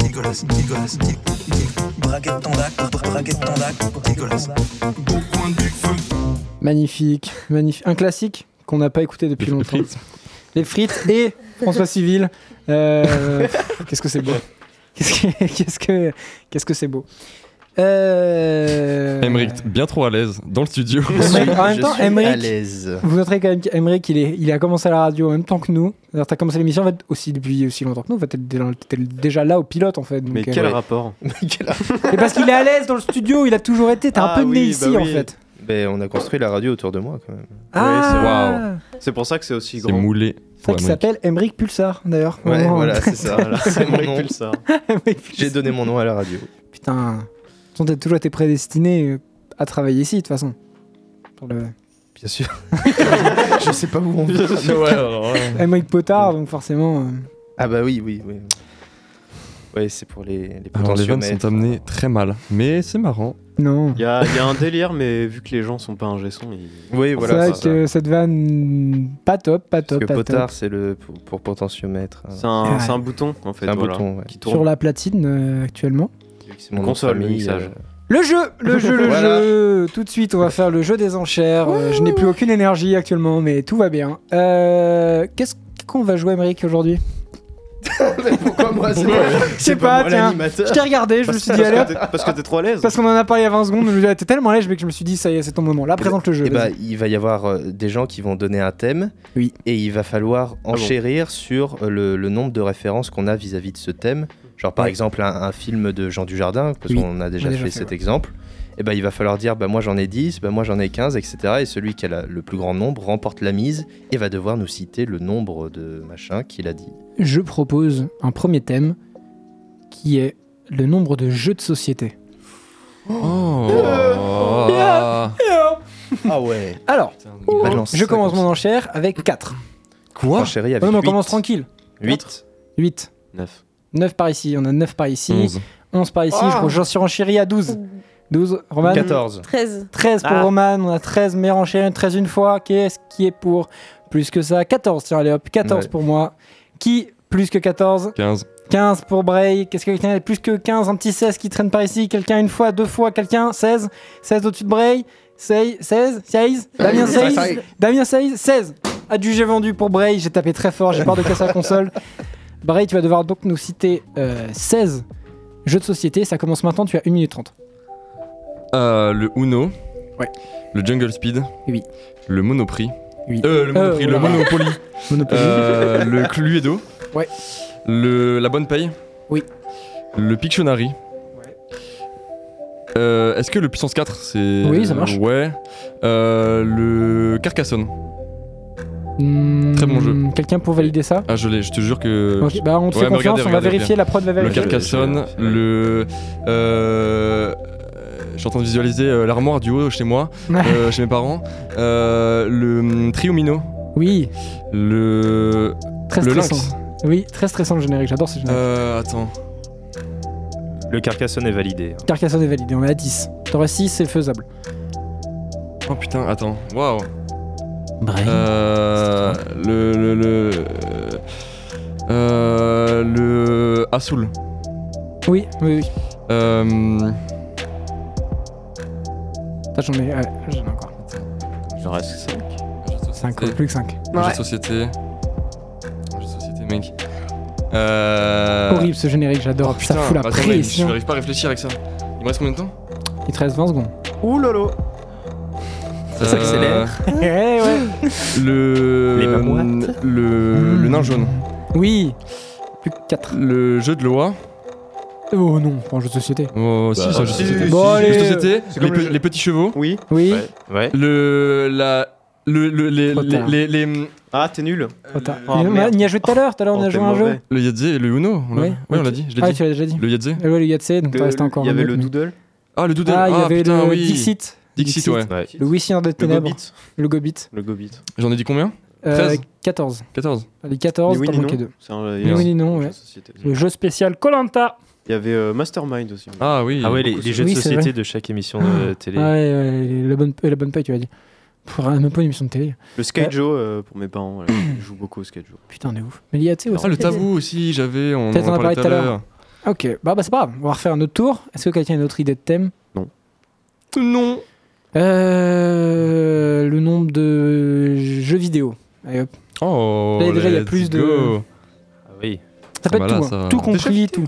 L: Gilgolas. Gilgolas. Gil- Gil- Braguette ton dac. bra- Braguette ton dac. Gilgolas.
A: Magnifique. magnifique. Un classique qu'on n'a pas écouté depuis longtemps. Les frites et François Civil. Euh, Qu'est-ce que c'est beau. Qu'est-ce que qu'est-ce que qu'est-ce que c'est beau. Euh...
C: Emmerich, bien trop à l'aise dans le studio.
A: Emmerich- en même temps, Emmerich,
D: l'aise.
A: vous noterez quand même qu'Emeric, il, est- il a commencé à la radio en même temps que nous. Alors, t'as commencé l'émission en fait, aussi depuis aussi longtemps que nous. En fait, t'es déjà- t'es déjà là au pilote en fait. donc,
B: Mais
A: euh,
B: quel
A: ouais.
B: rapport
A: Et parce qu'il est à l'aise dans le studio, il a toujours été. T'es un
B: Ah
A: peu né
B: oui,
A: ici
B: bah
A: en
B: oui.
A: fait.
D: Ben, on a construit la radio autour de moi quand même.
A: Ah. Waouh.
B: C'est pour ça que c'est aussi
C: C'est
B: grand.
C: moulé.
A: C'est vrai qu'il s'appelle Emeric Pulsar d'ailleurs.
D: Ouais,
A: Vraiment,
D: voilà,
A: euh,
D: c'est ça. voilà, C'est mon
B: Emmerich
D: nom.
B: Pulsar.
D: J'ai donné mon nom à la radio.
A: Putain, t'as toujours été prédestiné euh, à travailler ici de toute façon. Pour le-
D: Bien sûr. Je sais pas où on va. mais-
A: Emeric Potard, donc forcément. euh,
D: Ah bah oui, oui, oui. Ouais, c'est pour les, les
C: Alors les vannes
D: potentiomètres.
C: sont amenées très mal, mais c'est marrant.
A: Non.
B: Il y, a il y a un délire, mais vu que les gens sont pas un son, ils.
D: Oui,
A: C'est
D: voilà.
A: vrai
D: c'est ça.
A: que cette vanne, pas top, pas
D: Parce
A: top,
D: que
A: pas top.
D: potard, c'est le pour, pour potentiomètre. hein.
B: C'est un,
A: Ouais.
B: c'est un bouton en fait.
D: C'est un
B: voilà,
D: bouton, ouais.
B: Qui tourne.
A: Sur la platine euh, actuellement.
D: C'est mon
B: console,
D: nom de
B: le
D: famille, euh.
B: mixage.
A: Le jeu, le jeu, le
D: Voilà.
A: jeu. Tout de suite, on va faire le jeu des enchères. Euh, je n'ai plus aucune énergie actuellement, mais tout va bien. Euh, Qu'est-ce qu'on va jouer, Emmerich, aujourd'hui
D: euh. Pourquoi moi C'est
A: Pourquoi
D: pas-
A: Je sais pas,
D: moi
A: tiens.
D: l'animateur.
A: Je t'ai regardé, je me suis dit, allez,
B: Parce
A: hop,
B: que t'es- parce que t'es trop à l'aise.
A: parce qu'on en a parlé il y a 20 secondes, je me suis dit, t'es tellement à l'aise, mec, que je me suis dit, ça y est, c'est ton moment. Là, présente le jeu.
D: Eh bah,
A: vas-y.
D: il va y avoir euh, des gens qui vont donner un thème.
A: Oui. Ah
D: Et il va falloir enchérir sur euh, le, le nombre de références qu'on a vis-à-vis de ce thème. Genre par
A: Ouais.
D: exemple un, un film de Jean Dujardin, parce
A: Oui,
D: qu'on a déjà
A: on a
D: fait,
A: déjà fait,
D: cet
A: ouais.
D: exemple. Et bah, il va falloir dire bah, moi j'en ai 10, bah, moi j'en ai 15, etc. Et celui qui a la- le plus grand nombre remporte la mise et va devoir nous citer le nombre de machin qu'il a dit.
A: Je propose un premier thème qui est le nombre de jeux de société.
C: Oh.
D: Ah ouais
A: Alors,
D: Il balance
A: Oh. je
D: ça
A: commence
D: comme ça.
A: mon enchère avec 4.
C: Quoi
D: Enchéri avec
A: Non, mais on
D: huit.
A: commence tranquille.
D: 8
A: 8.
B: 9.
A: 9 par ici, on a 9 par ici.
C: 11.
A: 11 par ici, je crois que j'en suis renchéri à 12. 12, Roman
D: 14.
E: 13.
A: 13 pour
B: Ah.
A: Roman, on a 13, mais renchéri 13 une fois. Qu'est-ce qui est pour plus que ça 14, tiens, allez hop, 14
D: Ouais.
A: pour moi. Qui plus que 14
C: 15.
A: 15 pour Bray. Qu'est-ce que quelqu'un a plus que 15 Un petit 16 qui traîne par ici. Quelqu'un une fois, deux fois, quelqu'un 16. 16 au-dessus de Bray. 16, 16, 16. Damien 16. Damien 16, 16. Adjugé vendu pour Bray. J'ai tapé très fort, j'ai peur de casser la console. Bray, tu vas devoir donc nous citer euh, 16 jeux de société. Ça commence maintenant, tu as 1 minute 30.
C: Euh, le Uno.
A: Ouais.
C: Le Jungle Speed.
A: Oui.
C: Le Monoprix.
A: Oui. Oh.
C: Euh, le Monoprix, le
A: voilà.
C: Monopoly.
A: Monopoly.
C: Euh, le Cluedo.
A: Ouais.
C: Le, la Bonne Paye.
A: Oui.
C: Le Pictionary. Euh, Est-ce que le puissance 4 c'est.
A: Oui, ça marche.
C: Ouais. Euh, le Carcassonne.
A: Hmm,
C: très bon jeu.
A: Quelqu'un pour valider ça
C: Ah, je l'ai, je te jure que.
A: Ok, bah, On te
C: Ouais,
A: fait
C: mais
A: confiance,
C: regardez,
A: on va
C: regardez
A: vérifier,
C: bien.
A: la prod va
C: Le
A: vérifier.
C: Carcassonne, le. Euh, euh, je suis en train de visualiser euh, l'armoire du haut chez moi, euh, chez mes parents. Euh, le hum, Triomino.
A: Oui,
C: Le.
A: très
C: le
A: stressant.
C: Lynx.
A: Oui, très stressant le générique, j'adore ce générique.
C: Euh, attends.
D: Le Carcassonne est validé.
A: Carcassonne est validé, on est à 10. T'aurais 6, c'est faisable.
C: Oh putain, attends. Waouh. Euh, le. Le. Le. Euh, le. Assoul.
A: Oui, oui, oui.
C: Euh,
A: Attends, j'en ai, ouais, j'en ai encore.
D: hein.
B: Il en reste 5.
A: 5,
C: c'est-
A: plus que 5.
C: Jeu de société. Jeu de société, mec. Euh...
A: Horrible ce générique, j'adore.
C: putain,
A: ça fout la
C: bah, attendez, Je
A: pression.
C: n'arrive pas à réfléchir avec ça. Il me reste combien de temps
A: Il te reste 20 secondes.
D: Ouh lolo Ça s'accélère.
A: Eh ouais.
C: Euh, Le.
D: Les mamouettes.
C: le...
A: Hmm.
C: le nain jaune.
A: Oui. Plus que 4.
C: Le jeu de loi.
A: Oh non, pas un jeu de société.
C: Oh, si,
B: Bah,
C: ça, jeu de
B: si,
C: société.
B: si,
A: Bon,
C: Jeu
A: si.
C: de
A: allez.
C: société, les,
B: C'est comme le
C: pe-
B: jeu.
C: les petits chevaux.
B: Oui.
A: Oui.
B: Ouais.
D: Ouais.
C: Le. La. Le, le, les,
A: Trop tard.
C: les, les, les,
B: Ah, t'es nul.
A: Attends.
B: Oh,
A: Il y en a-
B: merde.
A: il y a joué tout à l'heure, tout à l'heure on
B: Oh,
A: a
B: t'es
A: joué à un jeu.
B: mauvais.
C: le Yadze et le Uno. on l'a-
A: Ouais,
C: on l'a
A: ok.
C: dit. Je l'ai
A: Ah,
C: dit.
A: tu l'as déjà dit.
C: Le Yadze.
A: Ah ouais, le Yatsé, donc t'en restes encore
B: Il y
A: un
B: avait
A: autre,
B: le
A: mais-
B: doodle.
C: Ah, le Doodle.
A: Ah, il y avait
C: putain,
A: le
C: oui.
A: Dixit.
C: Dixit, ouais.
A: Le Wissien des
B: Le
A: Ténèbres.
B: Gobit.
A: Le Gobit.
B: Le Gobit.
C: J'en ai dit combien
A: Euh,
C: 13.
A: 14.
C: 14.
A: Allez, 14,
B: Ni oui,
A: t'en
B: ni
A: manquais
B: non.
A: deux.
B: C'est un- il y
A: Ni
B: a
A: oui,
B: un-
A: ni non,
B: jeu
A: ouais.
B: de société.
A: Le jeu spécial Colanta.
B: Il y avait euh, Mastermind aussi.
C: Ah oui.
D: Ah ouais, les,
B: beaucoup
D: les
B: de
D: jeux de
A: choses. Oui, c'est
D: société
A: vrai. Ah.
D: de chaque émission de
A: Ouais,
D: télé.
A: ouais, la bonne, la bonne paye, tu l'as dit. Pff, même pas une émission de télé.
B: Le Skyjo euh, pour mes parents. voilà. Ils jouent beaucoup au Skyjo.
A: Putain, de ouf. Mais il y a, tu sais, aussi.
C: Ah, le tabou aussi, j'avais. On
A: Peut-être
C: en a parlé tout à l'heure.
A: Ok, bah, bah c'est pas grave, on va refaire un autre tour. Est-ce que quelqu'un a une autre idée de thème
C: Non.
A: euh, Le nombre de jeux vidéo. Allez, hop.
C: Oh.
A: Là, déjà, il y a
C: let's
A: plus de-
C: go.
D: Ah oui.
A: Ça peut
C: Ah, bah
A: être
C: là,
A: tout, hein.
C: ça va.
A: tout compris, tout.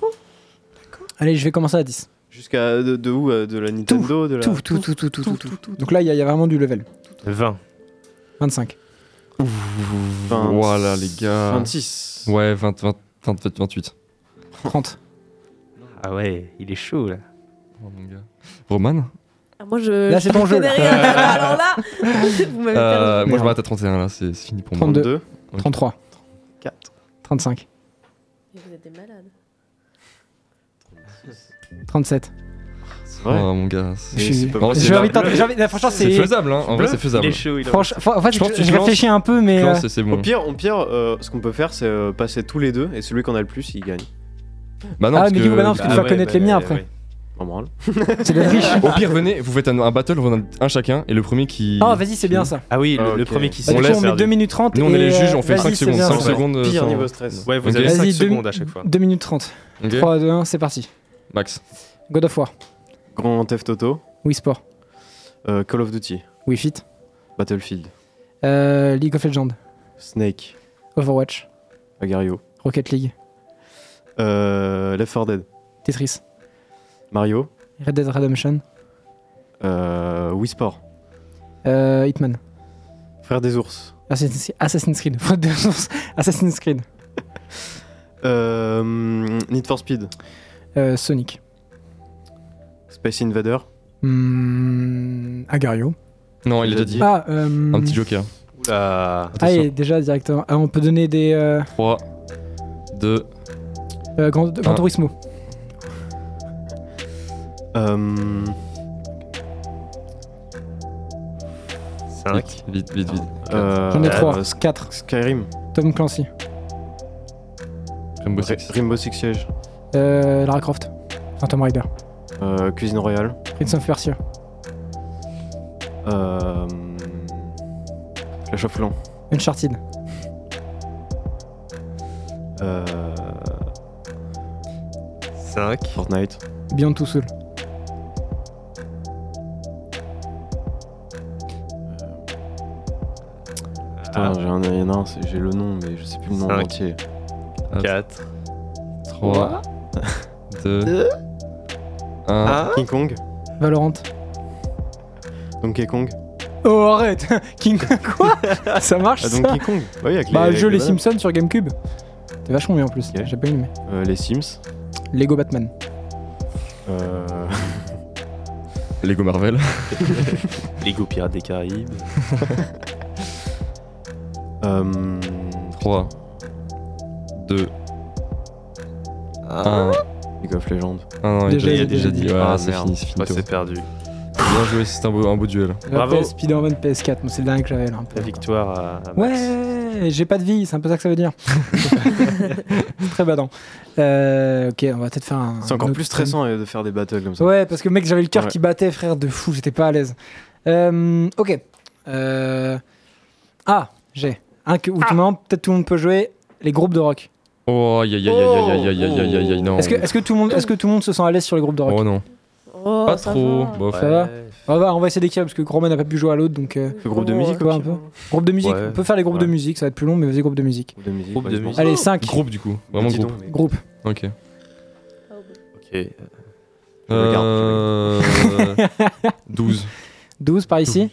A: Allez, je vais commencer à 10.
B: Jusqu'à de, de où euh, De la Nintendo de la...
A: Tout, tout, tout, tout, tout, tout, tout. Donc là, il y, a- il y a vraiment du level.
B: 20.
A: 25.
C: Voilà, les gars.
B: 26.
C: Ouais, 20, 20, 27, 28.
A: 30.
D: Ah ouais, il est chaud là.
C: Roman
E: Ah, moi, je.
C: Là,
E: je
C: c'est ton jeu,
E: connais
C: là.
E: rien. Alors là, vous m'avez
C: Euh,
E: perdu.
C: Moi, je m'arrête à 31, là, c'est c'est fini pour
A: 32.
C: moi.
A: 33.
B: 4.
A: 35.
E: Vous êtes des malades.
A: 37.
C: Ouais. Oh mon gars, c'est-
A: Je suis-
C: c'est pas possible.
A: j'ai envie de tenter- j'ai envie- franchement, c'est-
C: C'est faisable, hein. en vrai c'est faisable.
A: Il est chaud, il a Franch- envie de- en fait, je- je réfléchis un peu, mais, euh,
C: Hmm.
B: Au pire, au pire euh, ce qu'on peut faire, c'est euh, passer tous les deux et celui qu'on a le plus, il gagne.
C: Bah non,
A: Ah,
C: parce
A: mais
C: que...
A: du coup, bah non, parce que tu vas connaître les miens après.
B: En branle.
A: C'est le riche.
C: Au pire, venez, vous faites un, un battle, vous en avez un chacun, et le premier qui.
A: Ah, vas-y, c'est bien, ça.
D: Ah oui, le- le premier qui
A: Ah, du coup, on met 2 minutes 30.
C: Nous, on est
A: et,
C: les juges,
A: euh,
C: on fait
A: vas-y,
C: 5
A: c'est
C: secondes.
A: bien,
C: 5
A: ça.
C: secondes.
B: Pire
C: sans-
B: niveau stress.
D: Ouais, vous
C: Ok.
D: avez
A: Vas-y,
D: 5
A: deux-
D: secondes à chaque fois.
A: 2 minutes 30.
C: Ok.
A: 3, 2, 1, c'est parti.
C: Max.
A: God of War.
B: Grand Theft Auto.
A: Wii Sport.
B: Euh, Call of Duty.
A: Wii Fit.
B: Battlefield.
A: Euh, League of Legends.
B: Snake.
A: Overwatch.
B: Agario.
A: Rocket League.
B: Euh, Left 4 Dead.
A: Tetris.
B: Mario.
A: Red Dead Redemption.
B: Euh, Wii Sport.
A: Euh, Hitman.
B: Frère des ours.
A: Assassin's Assassin's Creed. Faute de source. Assassin's Creed.
B: Euh, Need for Speed.
A: Euh, Sonic.
B: Space Invader.
A: Hmm, Agario.
C: Non, il l'a déjà dit.
A: Ah, euh,
C: Un petit joker.
D: Oula.
A: Ah, et déjà directement. Ah, on peut donner des. euh,
C: 3, 2.
A: euh, Grand, Gran
C: Un.
A: Turismo.
B: Euh...
D: 5.
C: Vite, vite, vite.
B: Euh,
C: Ah,
A: J'en ai trois.
B: euh, Sk-
A: Quatre.
B: Skyrim.
A: Tom Clancy.
C: Rainbow
B: Six. Rainbow Six Siege.
A: Euh, Lara Croft. Enfin, Tomb Raider.
B: Euh, Cuisine Royale.
A: Prince of Persia.
B: Euh... Clash of Clans.
A: Uncharted.
B: Euh...
D: 5.
B: Fortnite.
A: Beyond Two Souls.
B: Putain, j'ai un, il y en a un, c'est- j'ai le nom, mais je sais plus le nom en
D: Cinq.
B: entier.
D: 4.
C: 3, 2, 1.
B: Ah, King Kong.
A: Valorant.
B: Donkey Kong. Ah,
A: Oh, arrête King Kong, quoi Ça marche
B: Ah,
A: ça
B: Donkey Kong. Ouais, avec les-
A: Bah, le
B: avec
A: jeu
B: les
A: Les
B: bananes.
A: Simpsons sur Gamecube. T'es vachement bien en plus. J'ai pas aimé.
B: Euh, les Sims.
A: Lego Batman.
B: Euh...
C: Lego Marvel.
D: Lego Pirates des Caraïbes.
B: euh...
C: 3, 2, 1.
B: League of Legends.
C: Ah non, il
A: Déjà,
C: l'a
A: il a déjà
C: Ah. déjà
A: dit.
C: dit. Ouais,
D: Ah,
C: c'est
D: merde.
C: fini, c'est fini.
D: Ouais, c'est perdu.
C: Bien joué, c'est un beau un beau duel.
D: Bravo.
A: PS, Euh, Spider-Man PS4, moi, c'est le dernier que j'avais là. un peu.
D: La victoire à, à Max.
A: Ouais, j'ai pas de vie, c'est un peu ça que ça veut dire. C'est Très badant. Euh, ok, on va peut-être faire un.
B: C'est
A: un
B: encore
A: autre
B: plus stressant euh, de faire des battles comme ça.
A: Ouais, parce que mec, j'avais le cœur
B: Ouais.
A: qui battait, frère, de fou, j'étais pas à l'aise. Euh, ok. Euh, Ah, j'ai. Un que, où tout le monde, peut-être tout le monde peut jouer, les groupes de rock.
C: Oh, aïe, aïe, aïe, aïe, aïe, aïe, aïe, aïe, aïe, aïe,
D: Oh,
C: non.
A: Est-ce que, est-ce que tout le monde, est-ce que tout le monde se sent à l'aise sur les groupes de rock
C: Oh non.
E: Oh,
C: Pas
E: ça
C: trop.
E: va.
C: Bof.
A: Ça va on va, on va essayer d'équilibrer parce que Roman n'a pas pu jouer à l'autre donc. euh,
B: Le groupe de
E: Ouais.
B: musique,
A: tu vois un peu. Groupe de musique,
D: Ouais.
A: on peut faire les groupes de musique, ça va être plus long, mais vas-y, groupe de musique.
B: Groupe de musique.
D: Groupe
B: ouais,
D: de
B: je pense.
D: musique.
A: Allez, 5.
C: Groupe du coup, vraiment
B: Dis donc,
C: groupe.
B: mais-
A: Groupe.
C: Ok.
D: Ok.
C: Euh... 12.
A: 12 par ici,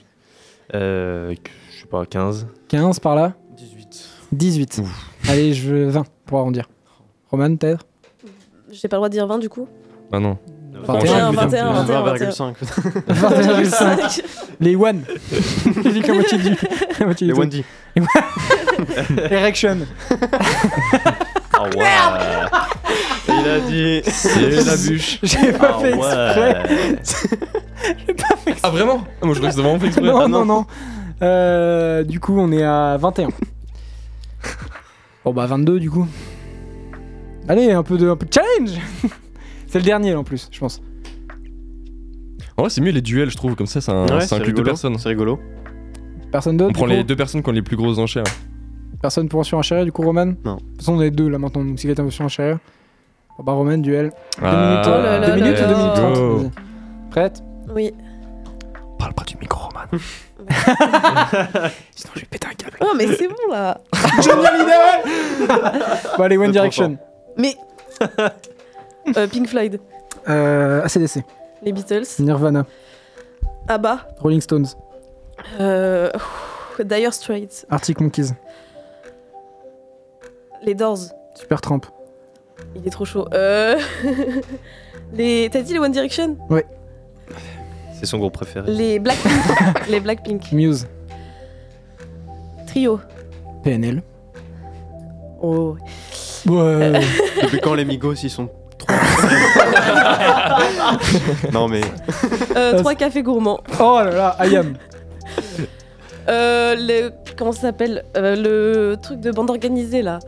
D: Euh, je sais pas, 15.
A: 15 par là, 18. Allez, je veux 20 pour arrondir. Roman, peut-être
E: J'ai pas le droit de dire 20 du coup
C: Ah non.
E: 21, 21, 21,
B: 21,5.
A: 21,5. Les one. J'ai dit que la moitié du. la moitié du
B: Les
A: truc.
B: Wendy.
A: Les one- Erection.
D: Ah ouais. Il a dit. C'est la bûche.
A: J'ai pas
D: Ah
A: fait exprès.
D: ouais.
C: Ah vraiment Ah, Moi je crois que c'était vraiment fait exprès.
A: Non,
C: Ah,
A: non, non. Euh, du coup, on est à 21. bon, bah 22 du coup. Allez, un peu de, un peu de challenge. C'est le dernier là, en plus, je pense.
C: En vrai, c'est mieux les duels, je trouve, comme ça, ça, ça
B: Ouais, c'est
C: inclut deux
B: rigolo,
C: personnes.
B: C'est rigolo.
A: Personne
C: On
A: d'autre
C: prend
A: du
C: les
A: coup
C: deux personnes qui ont les plus grosses enchères.
A: Personne pour en surenchérir du coup, Roman De
B: Non.
A: toute façon, on est deux là maintenant, donc si quelqu'un veut surenchérir. Bon, bah, Roman, duel. 2
C: Ah,
A: minutes,
C: Oh là
A: deux
C: là
A: minutes
C: là
A: ou 2 minutes
C: là.
A: 30
C: Go.
A: vas-y. Prête
E: Oui.
L: Parle pas du micro, Roman.
A: Sinon, je vais péter un câble.
E: Oh, mais c'est bon là
A: Génial idée Bon, allez, One Direction.
E: Mais. Euh, Pink Floyd.
A: Euh, ACDC.
E: Les Beatles.
A: Nirvana.
E: Abba.
A: Rolling Stones.
E: Euh, Dire Straits.
A: Arctic Monkeys.
E: Les Doors.
A: Supertramp.
E: Il est trop chaud. Euh... les... T'as dit les One Direction
A: Ouais.
B: C'est son groupe préféré.
E: Les Blackpink. les Blackpink.
A: Muse.
E: Trio.
A: PNL.
E: Oh.
A: Ouais.
B: Depuis quand les Migos ils sont trois Non mais.
E: Euh, trois cafés gourmands.
A: Oh là là, I am.
E: Euh, le... Comment ça s'appelle Euh, Le truc de bande organisée là.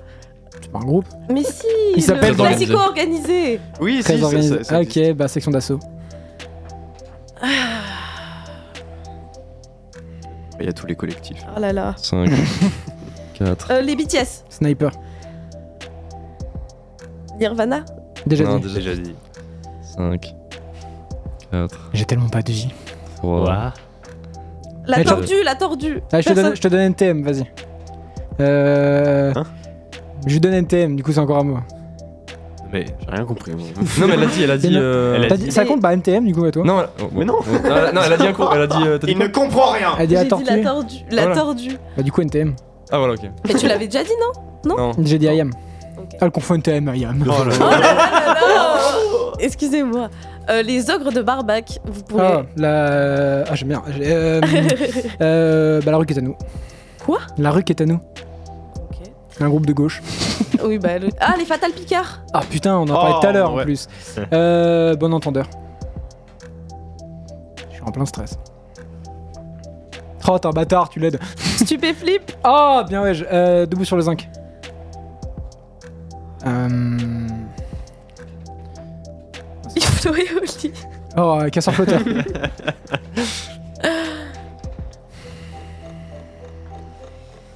A: C'est pas un groupe.
E: Mais si
A: Il
E: Le
A: s'appelle- Très
E: classico organisé
B: Oui,
A: Très
B: si, ça-
A: organisé.
B: ça- ça
A: Ah, ok, bah section d'assaut.
B: Il y a tous les collectifs.
E: Oh là là.
C: 5, 4.
E: Euh, les BTS.
A: Sniper.
E: Nirvana.
A: Déjà
C: Non,
A: dit.
B: Déjà dit.
C: 5, 4,
A: J'ai tellement pas de vie.
C: 3.
E: La
A: Mais tu-
E: tordue, la tordue.
A: Ah, je, te
E: Personne-
A: donne, je te donne NTM, vas-y. Euh... je lui donne NTM, du coup c'est encore à moi.
B: Mais j'ai rien compris. moi.
C: Non, mais elle a dit, elle a dit.
A: non.
C: euh,
B: Elle a
A: T'as
B: dit-
A: dit- Ça compte pas NTM du coup à toi
C: Non, elle- oh,
B: Mais non
C: bon. Non, non, elle a dit un coup. Elle a dit. euh, t'as dit
B: Il ne
C: quoi
B: comprend rien
A: Elle dit à
E: J'ai dit la
A: tortue.
E: tordue. La
C: Voilà.
E: tordue.
A: Bah du coup NTM.
C: Ah, voilà, ok.
E: Mais tu l'avais déjà dit, non
C: Non.
A: J'ai dit IAM.
E: Ok.
A: Ah, le confond NTM, IAM.
B: Oh là là.
E: Non Excusez-moi. Euh, les ogres de Barbac, vous pourrez.
A: Ah, la. Ah, j'aime bien. J'ai- Euh... euh, Bah, la rue qui est à nous.
E: Quoi
A: La rue qui est à nous.
E: Ok.
A: Un groupe de gauche.
E: Oui, bah, le- Ah, les Fatal Picards
A: Ah putain, on en
B: Oh,
A: parlait tout à l'heure
B: ouais.
A: en plus. Euh, bon entendeur. Je suis en plein stress. Oh, t'es un bâtard, tu l'aides.
E: Stupéflip
A: Ah, bien ouais, je- euh, debout sur le zinc. Euh...
E: Yves Noé Oli.
A: Oh, euh, casseur flotteur.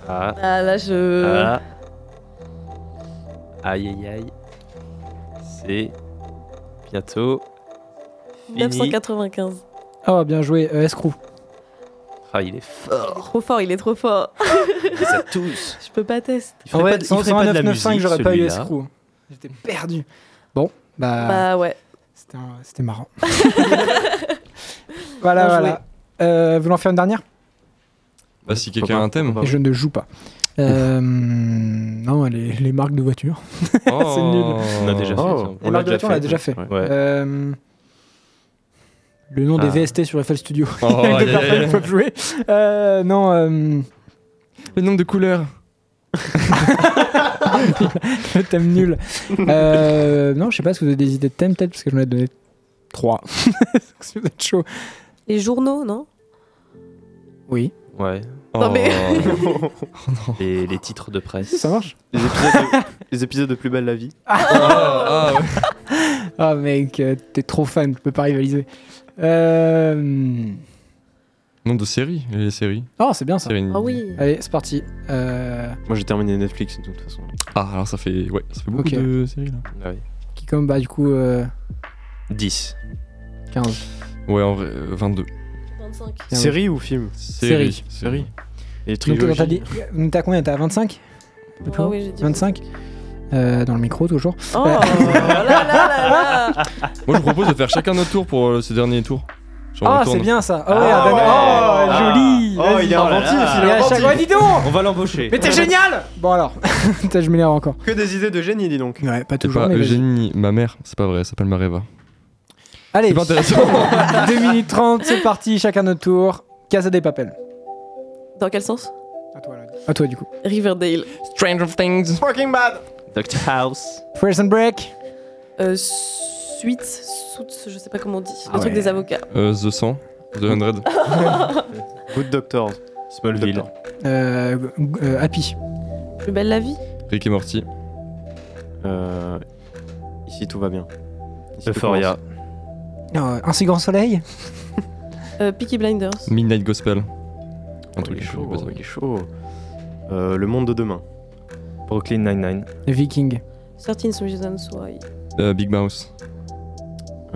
D: Ah,
E: Ah, là, je.
D: ah. Aïe aïe aïe. C'est bientôt.
E: 995.
A: oh, bien joué, euh, escroc.
D: Ah, il est fort.
E: Trop fort, il est trop fort.
D: Ils savent tous.
E: Je peux pas test.
D: Il
A: En
D: ferait
A: vrai,
D: pas de- il
A: sans,
D: ferait
A: sans
D: pas
A: un
D: de la
A: 995,
D: musique,
A: j'aurais pas eu
D: celui-là.
A: escroc. J'étais perdu. Bon, bah,
E: Bah, ouais.
A: c'était un- c'était marrant. voilà,
E: Bien joué.
A: voilà. Euh, vous voulez en faire une dernière
C: Bah, si quelqu'un a un thème.
A: Je ne joue pas. Euh, non, les, les marques de voitures.
C: Oh.
A: nul.
D: On a déjà fait.
B: Oh.
D: ça.
A: Et Marc Dutroux, on l'a déjà fait.
B: Ouais.
D: Ouais.
A: Euh, le nom des
D: Ah.
A: VST sur FL Studio.
C: Oh,
A: Avec
C: aïe, aïe,
A: des personnes
C: aïe.
A: qui peuvent jouer. Euh, non, euh,
C: Le nombre de couleurs.
A: le thème nul. Euh, non, je sais pas, est-ce que vous avez des idées de thème peut-être Parce que je m'en ai donné 3. si vous êtes chaud.
E: Les journaux, non
A: Oui,
D: Ouais.
E: Non, mais-
B: Oh.
D: Et les titres de presse.
A: ça marche.
B: Les épisodes, de... les épisodes de Plus Belle la Vie.
C: Ah, ah, ouais.
A: Ah, mec, euh, t'es trop fan, tu peux pas rivaliser. Euh,
C: Nombre de séries. Les séries.
A: Oh, c'est bien ça.
C: Séries.
E: Ah oui.
A: Allez, c'est parti. Euh,
B: Moi j'ai terminé Netflix de toute façon.
C: Ah, alors ça fait. Ouais, ça fait beaucoup
A: Ok.
C: de séries là.
D: Ouais.
A: qui, comme, bah, du coup, euh,
D: 10.
A: Ah 15.
C: Ouais, en vrai, euh, 22.
E: 25.
A: Bien
B: Série ou film
A: Série.
C: Série.
B: Et
A: Donc,
B: trilogie.
A: t'as dit- on était à combien T'es à 25 Le plus
E: Ah
A: haut
E: oui, j'ai dit
A: 25 Euh, Dans le micro, toujours.
E: Oh là là là là
C: Moi, je vous propose de faire chacun notre tour pour euh, ce dernier tour. Genre, on
A: Ah,
C: tourne.
A: c'est bien ça. Oh, ouais,
D: Ah
A: un dernier-
D: ouais.
A: oh,
D: Ah.
A: joli.
B: Oh, il est inventif, il est
A: Et à chaque
B: inventif.
A: fois, dis donc
D: On va l'embaucher.
A: Mais t'es génial Bon, alors. Putain, je m'énerve encore.
B: Que des idées de génie, dis donc.
A: Ouais, pas
C: C'est
A: toujours.
C: pas
A: mais vas-y.
C: Eugénie, ma mère, c'est pas vrai, elle s'appelle Mareva.
A: Allez,
C: C'est pas intéressant.
A: 2 minutes 30, c'est parti, chacun notre tour. Casa des papels.
E: Dans quel sens
A: À toi, là. À toi, du coup.
E: Riverdale.
C: Stranger Things.
B: Fucking bad
D: Doctor House.
A: Prison Break.
E: Euh, suite, soute, je sais pas comment on dit. Le
A: Ah
E: truc
A: ouais.
E: des avocats.
C: Euh, The 100. The 100.
B: Good Doctors.
D: Smallville.
B: Doctor.
A: Euh, g- euh, Happy.
E: Plus belle la vie.
C: Rick et Morty.
B: Euh, ici tout va bien. Ici, tout
D: Euphoria.
B: commence.
A: Euh, un si grand soleil.
E: Euh, Peaky Blinders.
C: Midnight Gospel. Un
B: Oh,
C: truc
B: il est
C: chaud,
B: chaud.
C: pas ça.
B: il est chaud. Euh, le monde de demain.
D: Brooklyn Nine-Nine.
A: Viking.
E: 13 Reasons Why.
C: Euh, Big Mouse.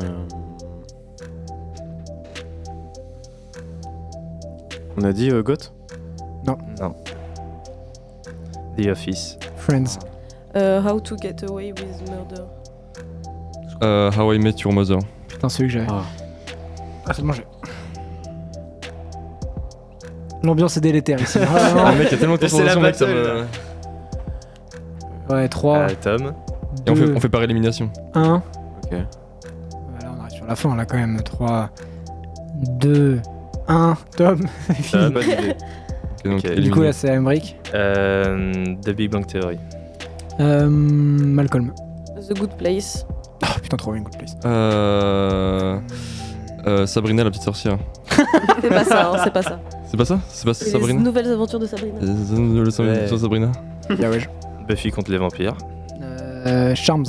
B: Euh, On a dit euh, Goth
D: Non. The Office.
A: Friends.
E: Euh, How to Get Away with Murder.
D: Je
C: euh, How I Met Your Mother.
A: Putain, celui que j'avais. Ah, c'est bon, j'ai. L'ambiance est délétère ici. Vraiment.
C: Le mec a tellement de
D: Et c'est la
C: concentration, mec, ça
D: battle.
C: me-
A: Ouais, 3,
D: Ah, Tom.
C: Euh, Et on
A: Deux.
C: fait, on fait par élimination.
A: 1.
K: Ok.
A: Là, on arrive sur la fin, là, quand même. 3, 2, 1. Tom, c'est fini.
D: Ah, bonne idée.
C: Ok, donc
D: Ok.
A: Du coup,
C: éliminé.
A: là, c'est Emmerich.
D: Euh, The Big Bang Theory.
A: Euh, Malcolm.
E: The Good Place.
A: Ah, putain, trop bien, good place.
C: Euh, euh, Sabrina la petite sorcière.
E: C'est pas ça, hein, c'est pas ça.
C: C'est pas ça C'est pas
E: Les
C: Sabrina
E: nouvelles aventures de Sabrina.
C: Euh, Le Sabrina-
D: Ouais.
C: sur Sabrina
A: Ah ouais.
D: Buffy contre les vampires.
A: Euh, Charms.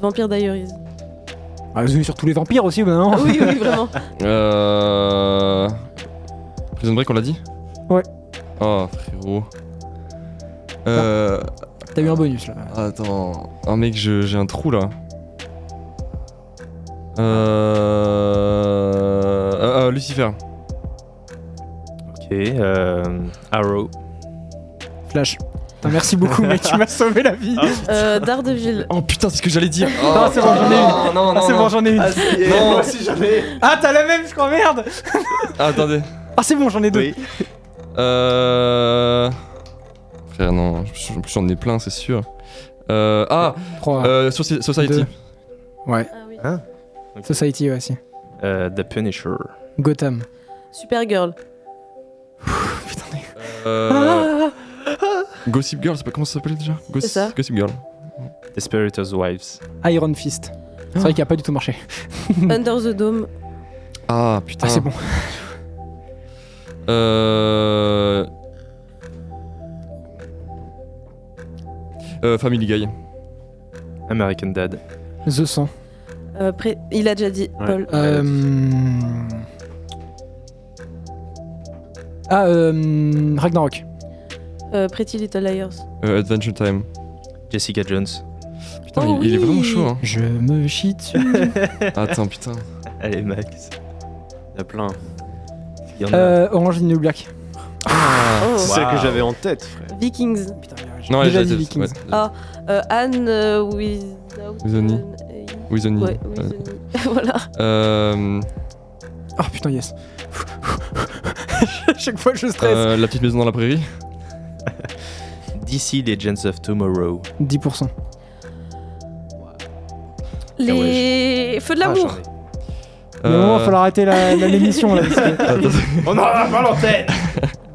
E: Vampire Diaries. Ah
A: Ah, vous avez sur tous les vampires aussi, ben non
E: Oui, oui, vraiment.
C: Euh... Prison Break, on l'a dit
A: Ouais.
C: Oh, frérot. Euh...
D: Ah.
A: T'as eu un bonus, là.
C: Attends. Oh, mec, je- j'ai un trou, là. Euh... euh, euh, Lucifer.
D: Ok. euh, Arrow.
A: Flash. Putain, merci beaucoup, mec, tu m'as sauvé la vie.
E: Euh, Daredevil.
C: Oh putain, c'est ce que j'allais dire.
A: Ah, c'est bon, j'en ai une.
M: non,
A: Ah, c'est bon, j'en ai une.
M: Non.
D: moi aussi j'en ai.
A: Ah, t'as la même, je crois, merde
C: Ah, attendez.
A: Ah, c'est bon, j'en ai deux.
D: Oui.
C: Euh... Frère, non. je- En plus, j'en ai plein, c'est sûr. Euh... Ah
A: Trois.
C: euh, Soci- Society.
A: Deux. Ouais.
E: Ah oui.
A: Society, ouais, si.
D: Euh, The Punisher.
A: Gotham.
E: Supergirl.
C: Euh...
A: Ah.
C: Gossip Girl, c'est pas comment ça s'appelle déjà Gossip-
E: ça.
C: Gossip Girl.
D: Desperate Wives.
A: Iron Fist. C'est vrai qu'il a pas du tout marché.
E: Under the Dome.
C: Ah putain.
A: Ah, c'est bon.
C: Euh... Euh, Family Guy.
D: American Dad.
A: The Sang.
E: Euh, pré- Il a déjà dit Paul.
A: Euh... Ah, euh... Ragnarok.
E: Euh, Pretty Little Liars.
C: Euh, Adventure Time.
D: Jessica Jones.
C: Putain,
E: Oh
C: il, il est
E: oui.
C: vraiment chaud. Hein.
A: Je me chie dessus.
C: Attends, putain.
D: Allez Max.
K: Il y a plein.
D: Il y en a.
A: euh, Orange is the New Black.
E: Oh.
K: C'est celle
D: Wow.
K: que j'avais en tête, frère.
E: Vikings.
A: Putain,
C: Non,
A: déjà
C: elle
A: dit
C: est
A: Vikings.
E: Ah. Euh, Anne euh, Without.
C: With an E.
E: an E.
C: With an E.
E: Ouais, with an E. voilà.
C: Euh,
A: Ah, putain, yes. Chaque fois, je stresse.
C: euh, la petite maison dans la prairie.
D: DC Legends of Tomorrow.
A: 10%.
E: Les Feux de
A: Ah,
E: l'amour.
A: Mais au
C: Euh,
A: moment, il va falloir arrêter la- la- l'émission. là, parce que
D: On en a pas l'antenne.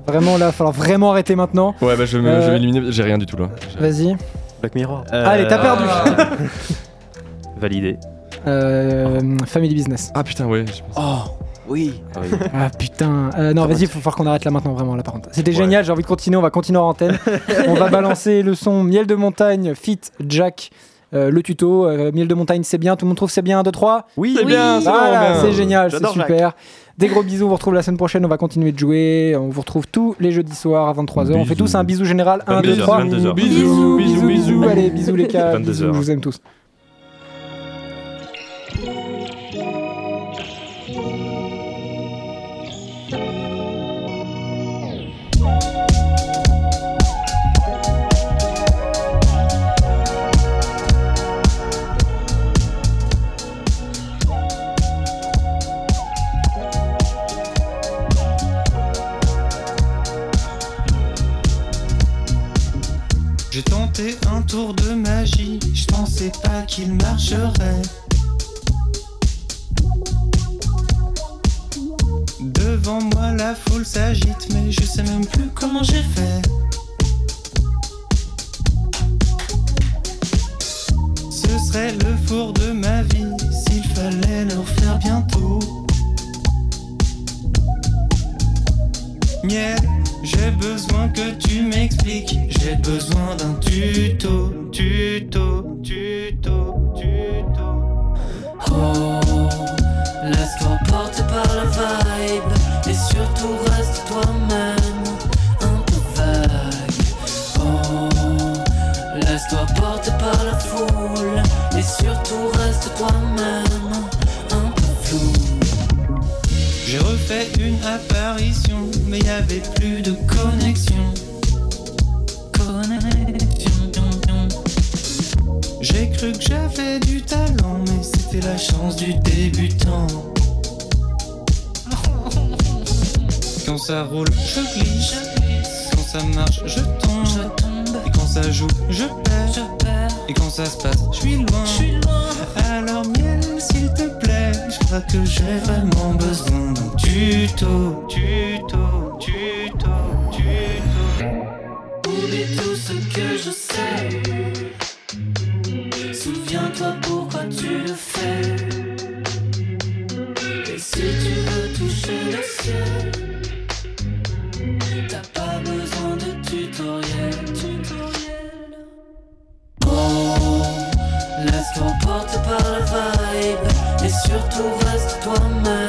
A: vraiment, là, il va falloir vraiment arrêter maintenant.
C: Ouais, bah je vais, me-
A: Euh.
C: je vais éliminer. J'ai rien du tout là. J'ai-
A: Vas-y.
K: Black Mirror.
A: Allez, t'as perdu.
D: Euh. Validé.
A: Euh, family Business.
C: Ah putain, ouais. j'ai pensé.
K: Oh, oui.
A: Ah putain. Euh, non, vas-y, faut falloir qu'on arrête là maintenant, vraiment, là, par contre. C'était génial, j'ai envie de continuer, on va continuer en antenne. on va balancer le son Miel de montagne, Fit, Jack. euh, le tuto, euh, miel de montagne, c'est bien, tout le monde trouve c'est bien, 1, 2, 3.
K: Oui,
E: Oui. Ah, bien,
A: Voilà,
C: vraiment bien.
A: c'est génial, c'est
K: J'adore Jacques.
A: super. Des gros bisous, on vous retrouve la semaine prochaine, on va continuer de jouer. On vous retrouve tous les jeudis soirs à 23h. On fait
C: Bisous.
A: tous un bisou général, 1, 2,
D: Bisous,
A: 3.
D: 22h.
A: Bisous,
C: Bisous,
A: bisous,
C: bisous,
A: bisous. Allez, bisous les gars.
D: 22
A: Bisous,
D: heures.
A: je vous aime tous.
L: J'ai tenté un tour de magie, je pensais pas qu'il marcherait. Devant moi la foule s'agite, mais je sais même plus comment j'ai fait. Ce serait le four de ma vie s'il fallait le refaire bientôt. Miel, j'ai besoin que tu m'expliques. J'ai besoin d'un tuto, tuto, tuto, tuto. Oh, laisse-toi porter par la vibe et surtout reste toi-même, un peu vague. Oh, laisse-toi porter par la foule et surtout reste toi-même, un peu flou. J'ai refait une apparition, mais y avait plus de connexion. Connexion. J'ai cru que j'avais du talent, mais c'était la chance du débutant. Quand ça roule, je glisse. Quand ça marche, je tombe. Et quand ça joue, je perds. Et quand ça se passe, je suis loin. Alors miel, s'il te plaît, je crois que j'ai vraiment besoin d'un tuto, tuto, tuto, tuto. Oublie tout ce que je sais. Souviens-toi pourquoi tu le fais. Et si tu veux toucher le ciel, t'as pas besoin de tutoriel. tutoriel. Oh, laisse-toi porter par la vibe. Et surtout reste toi-même. Oh.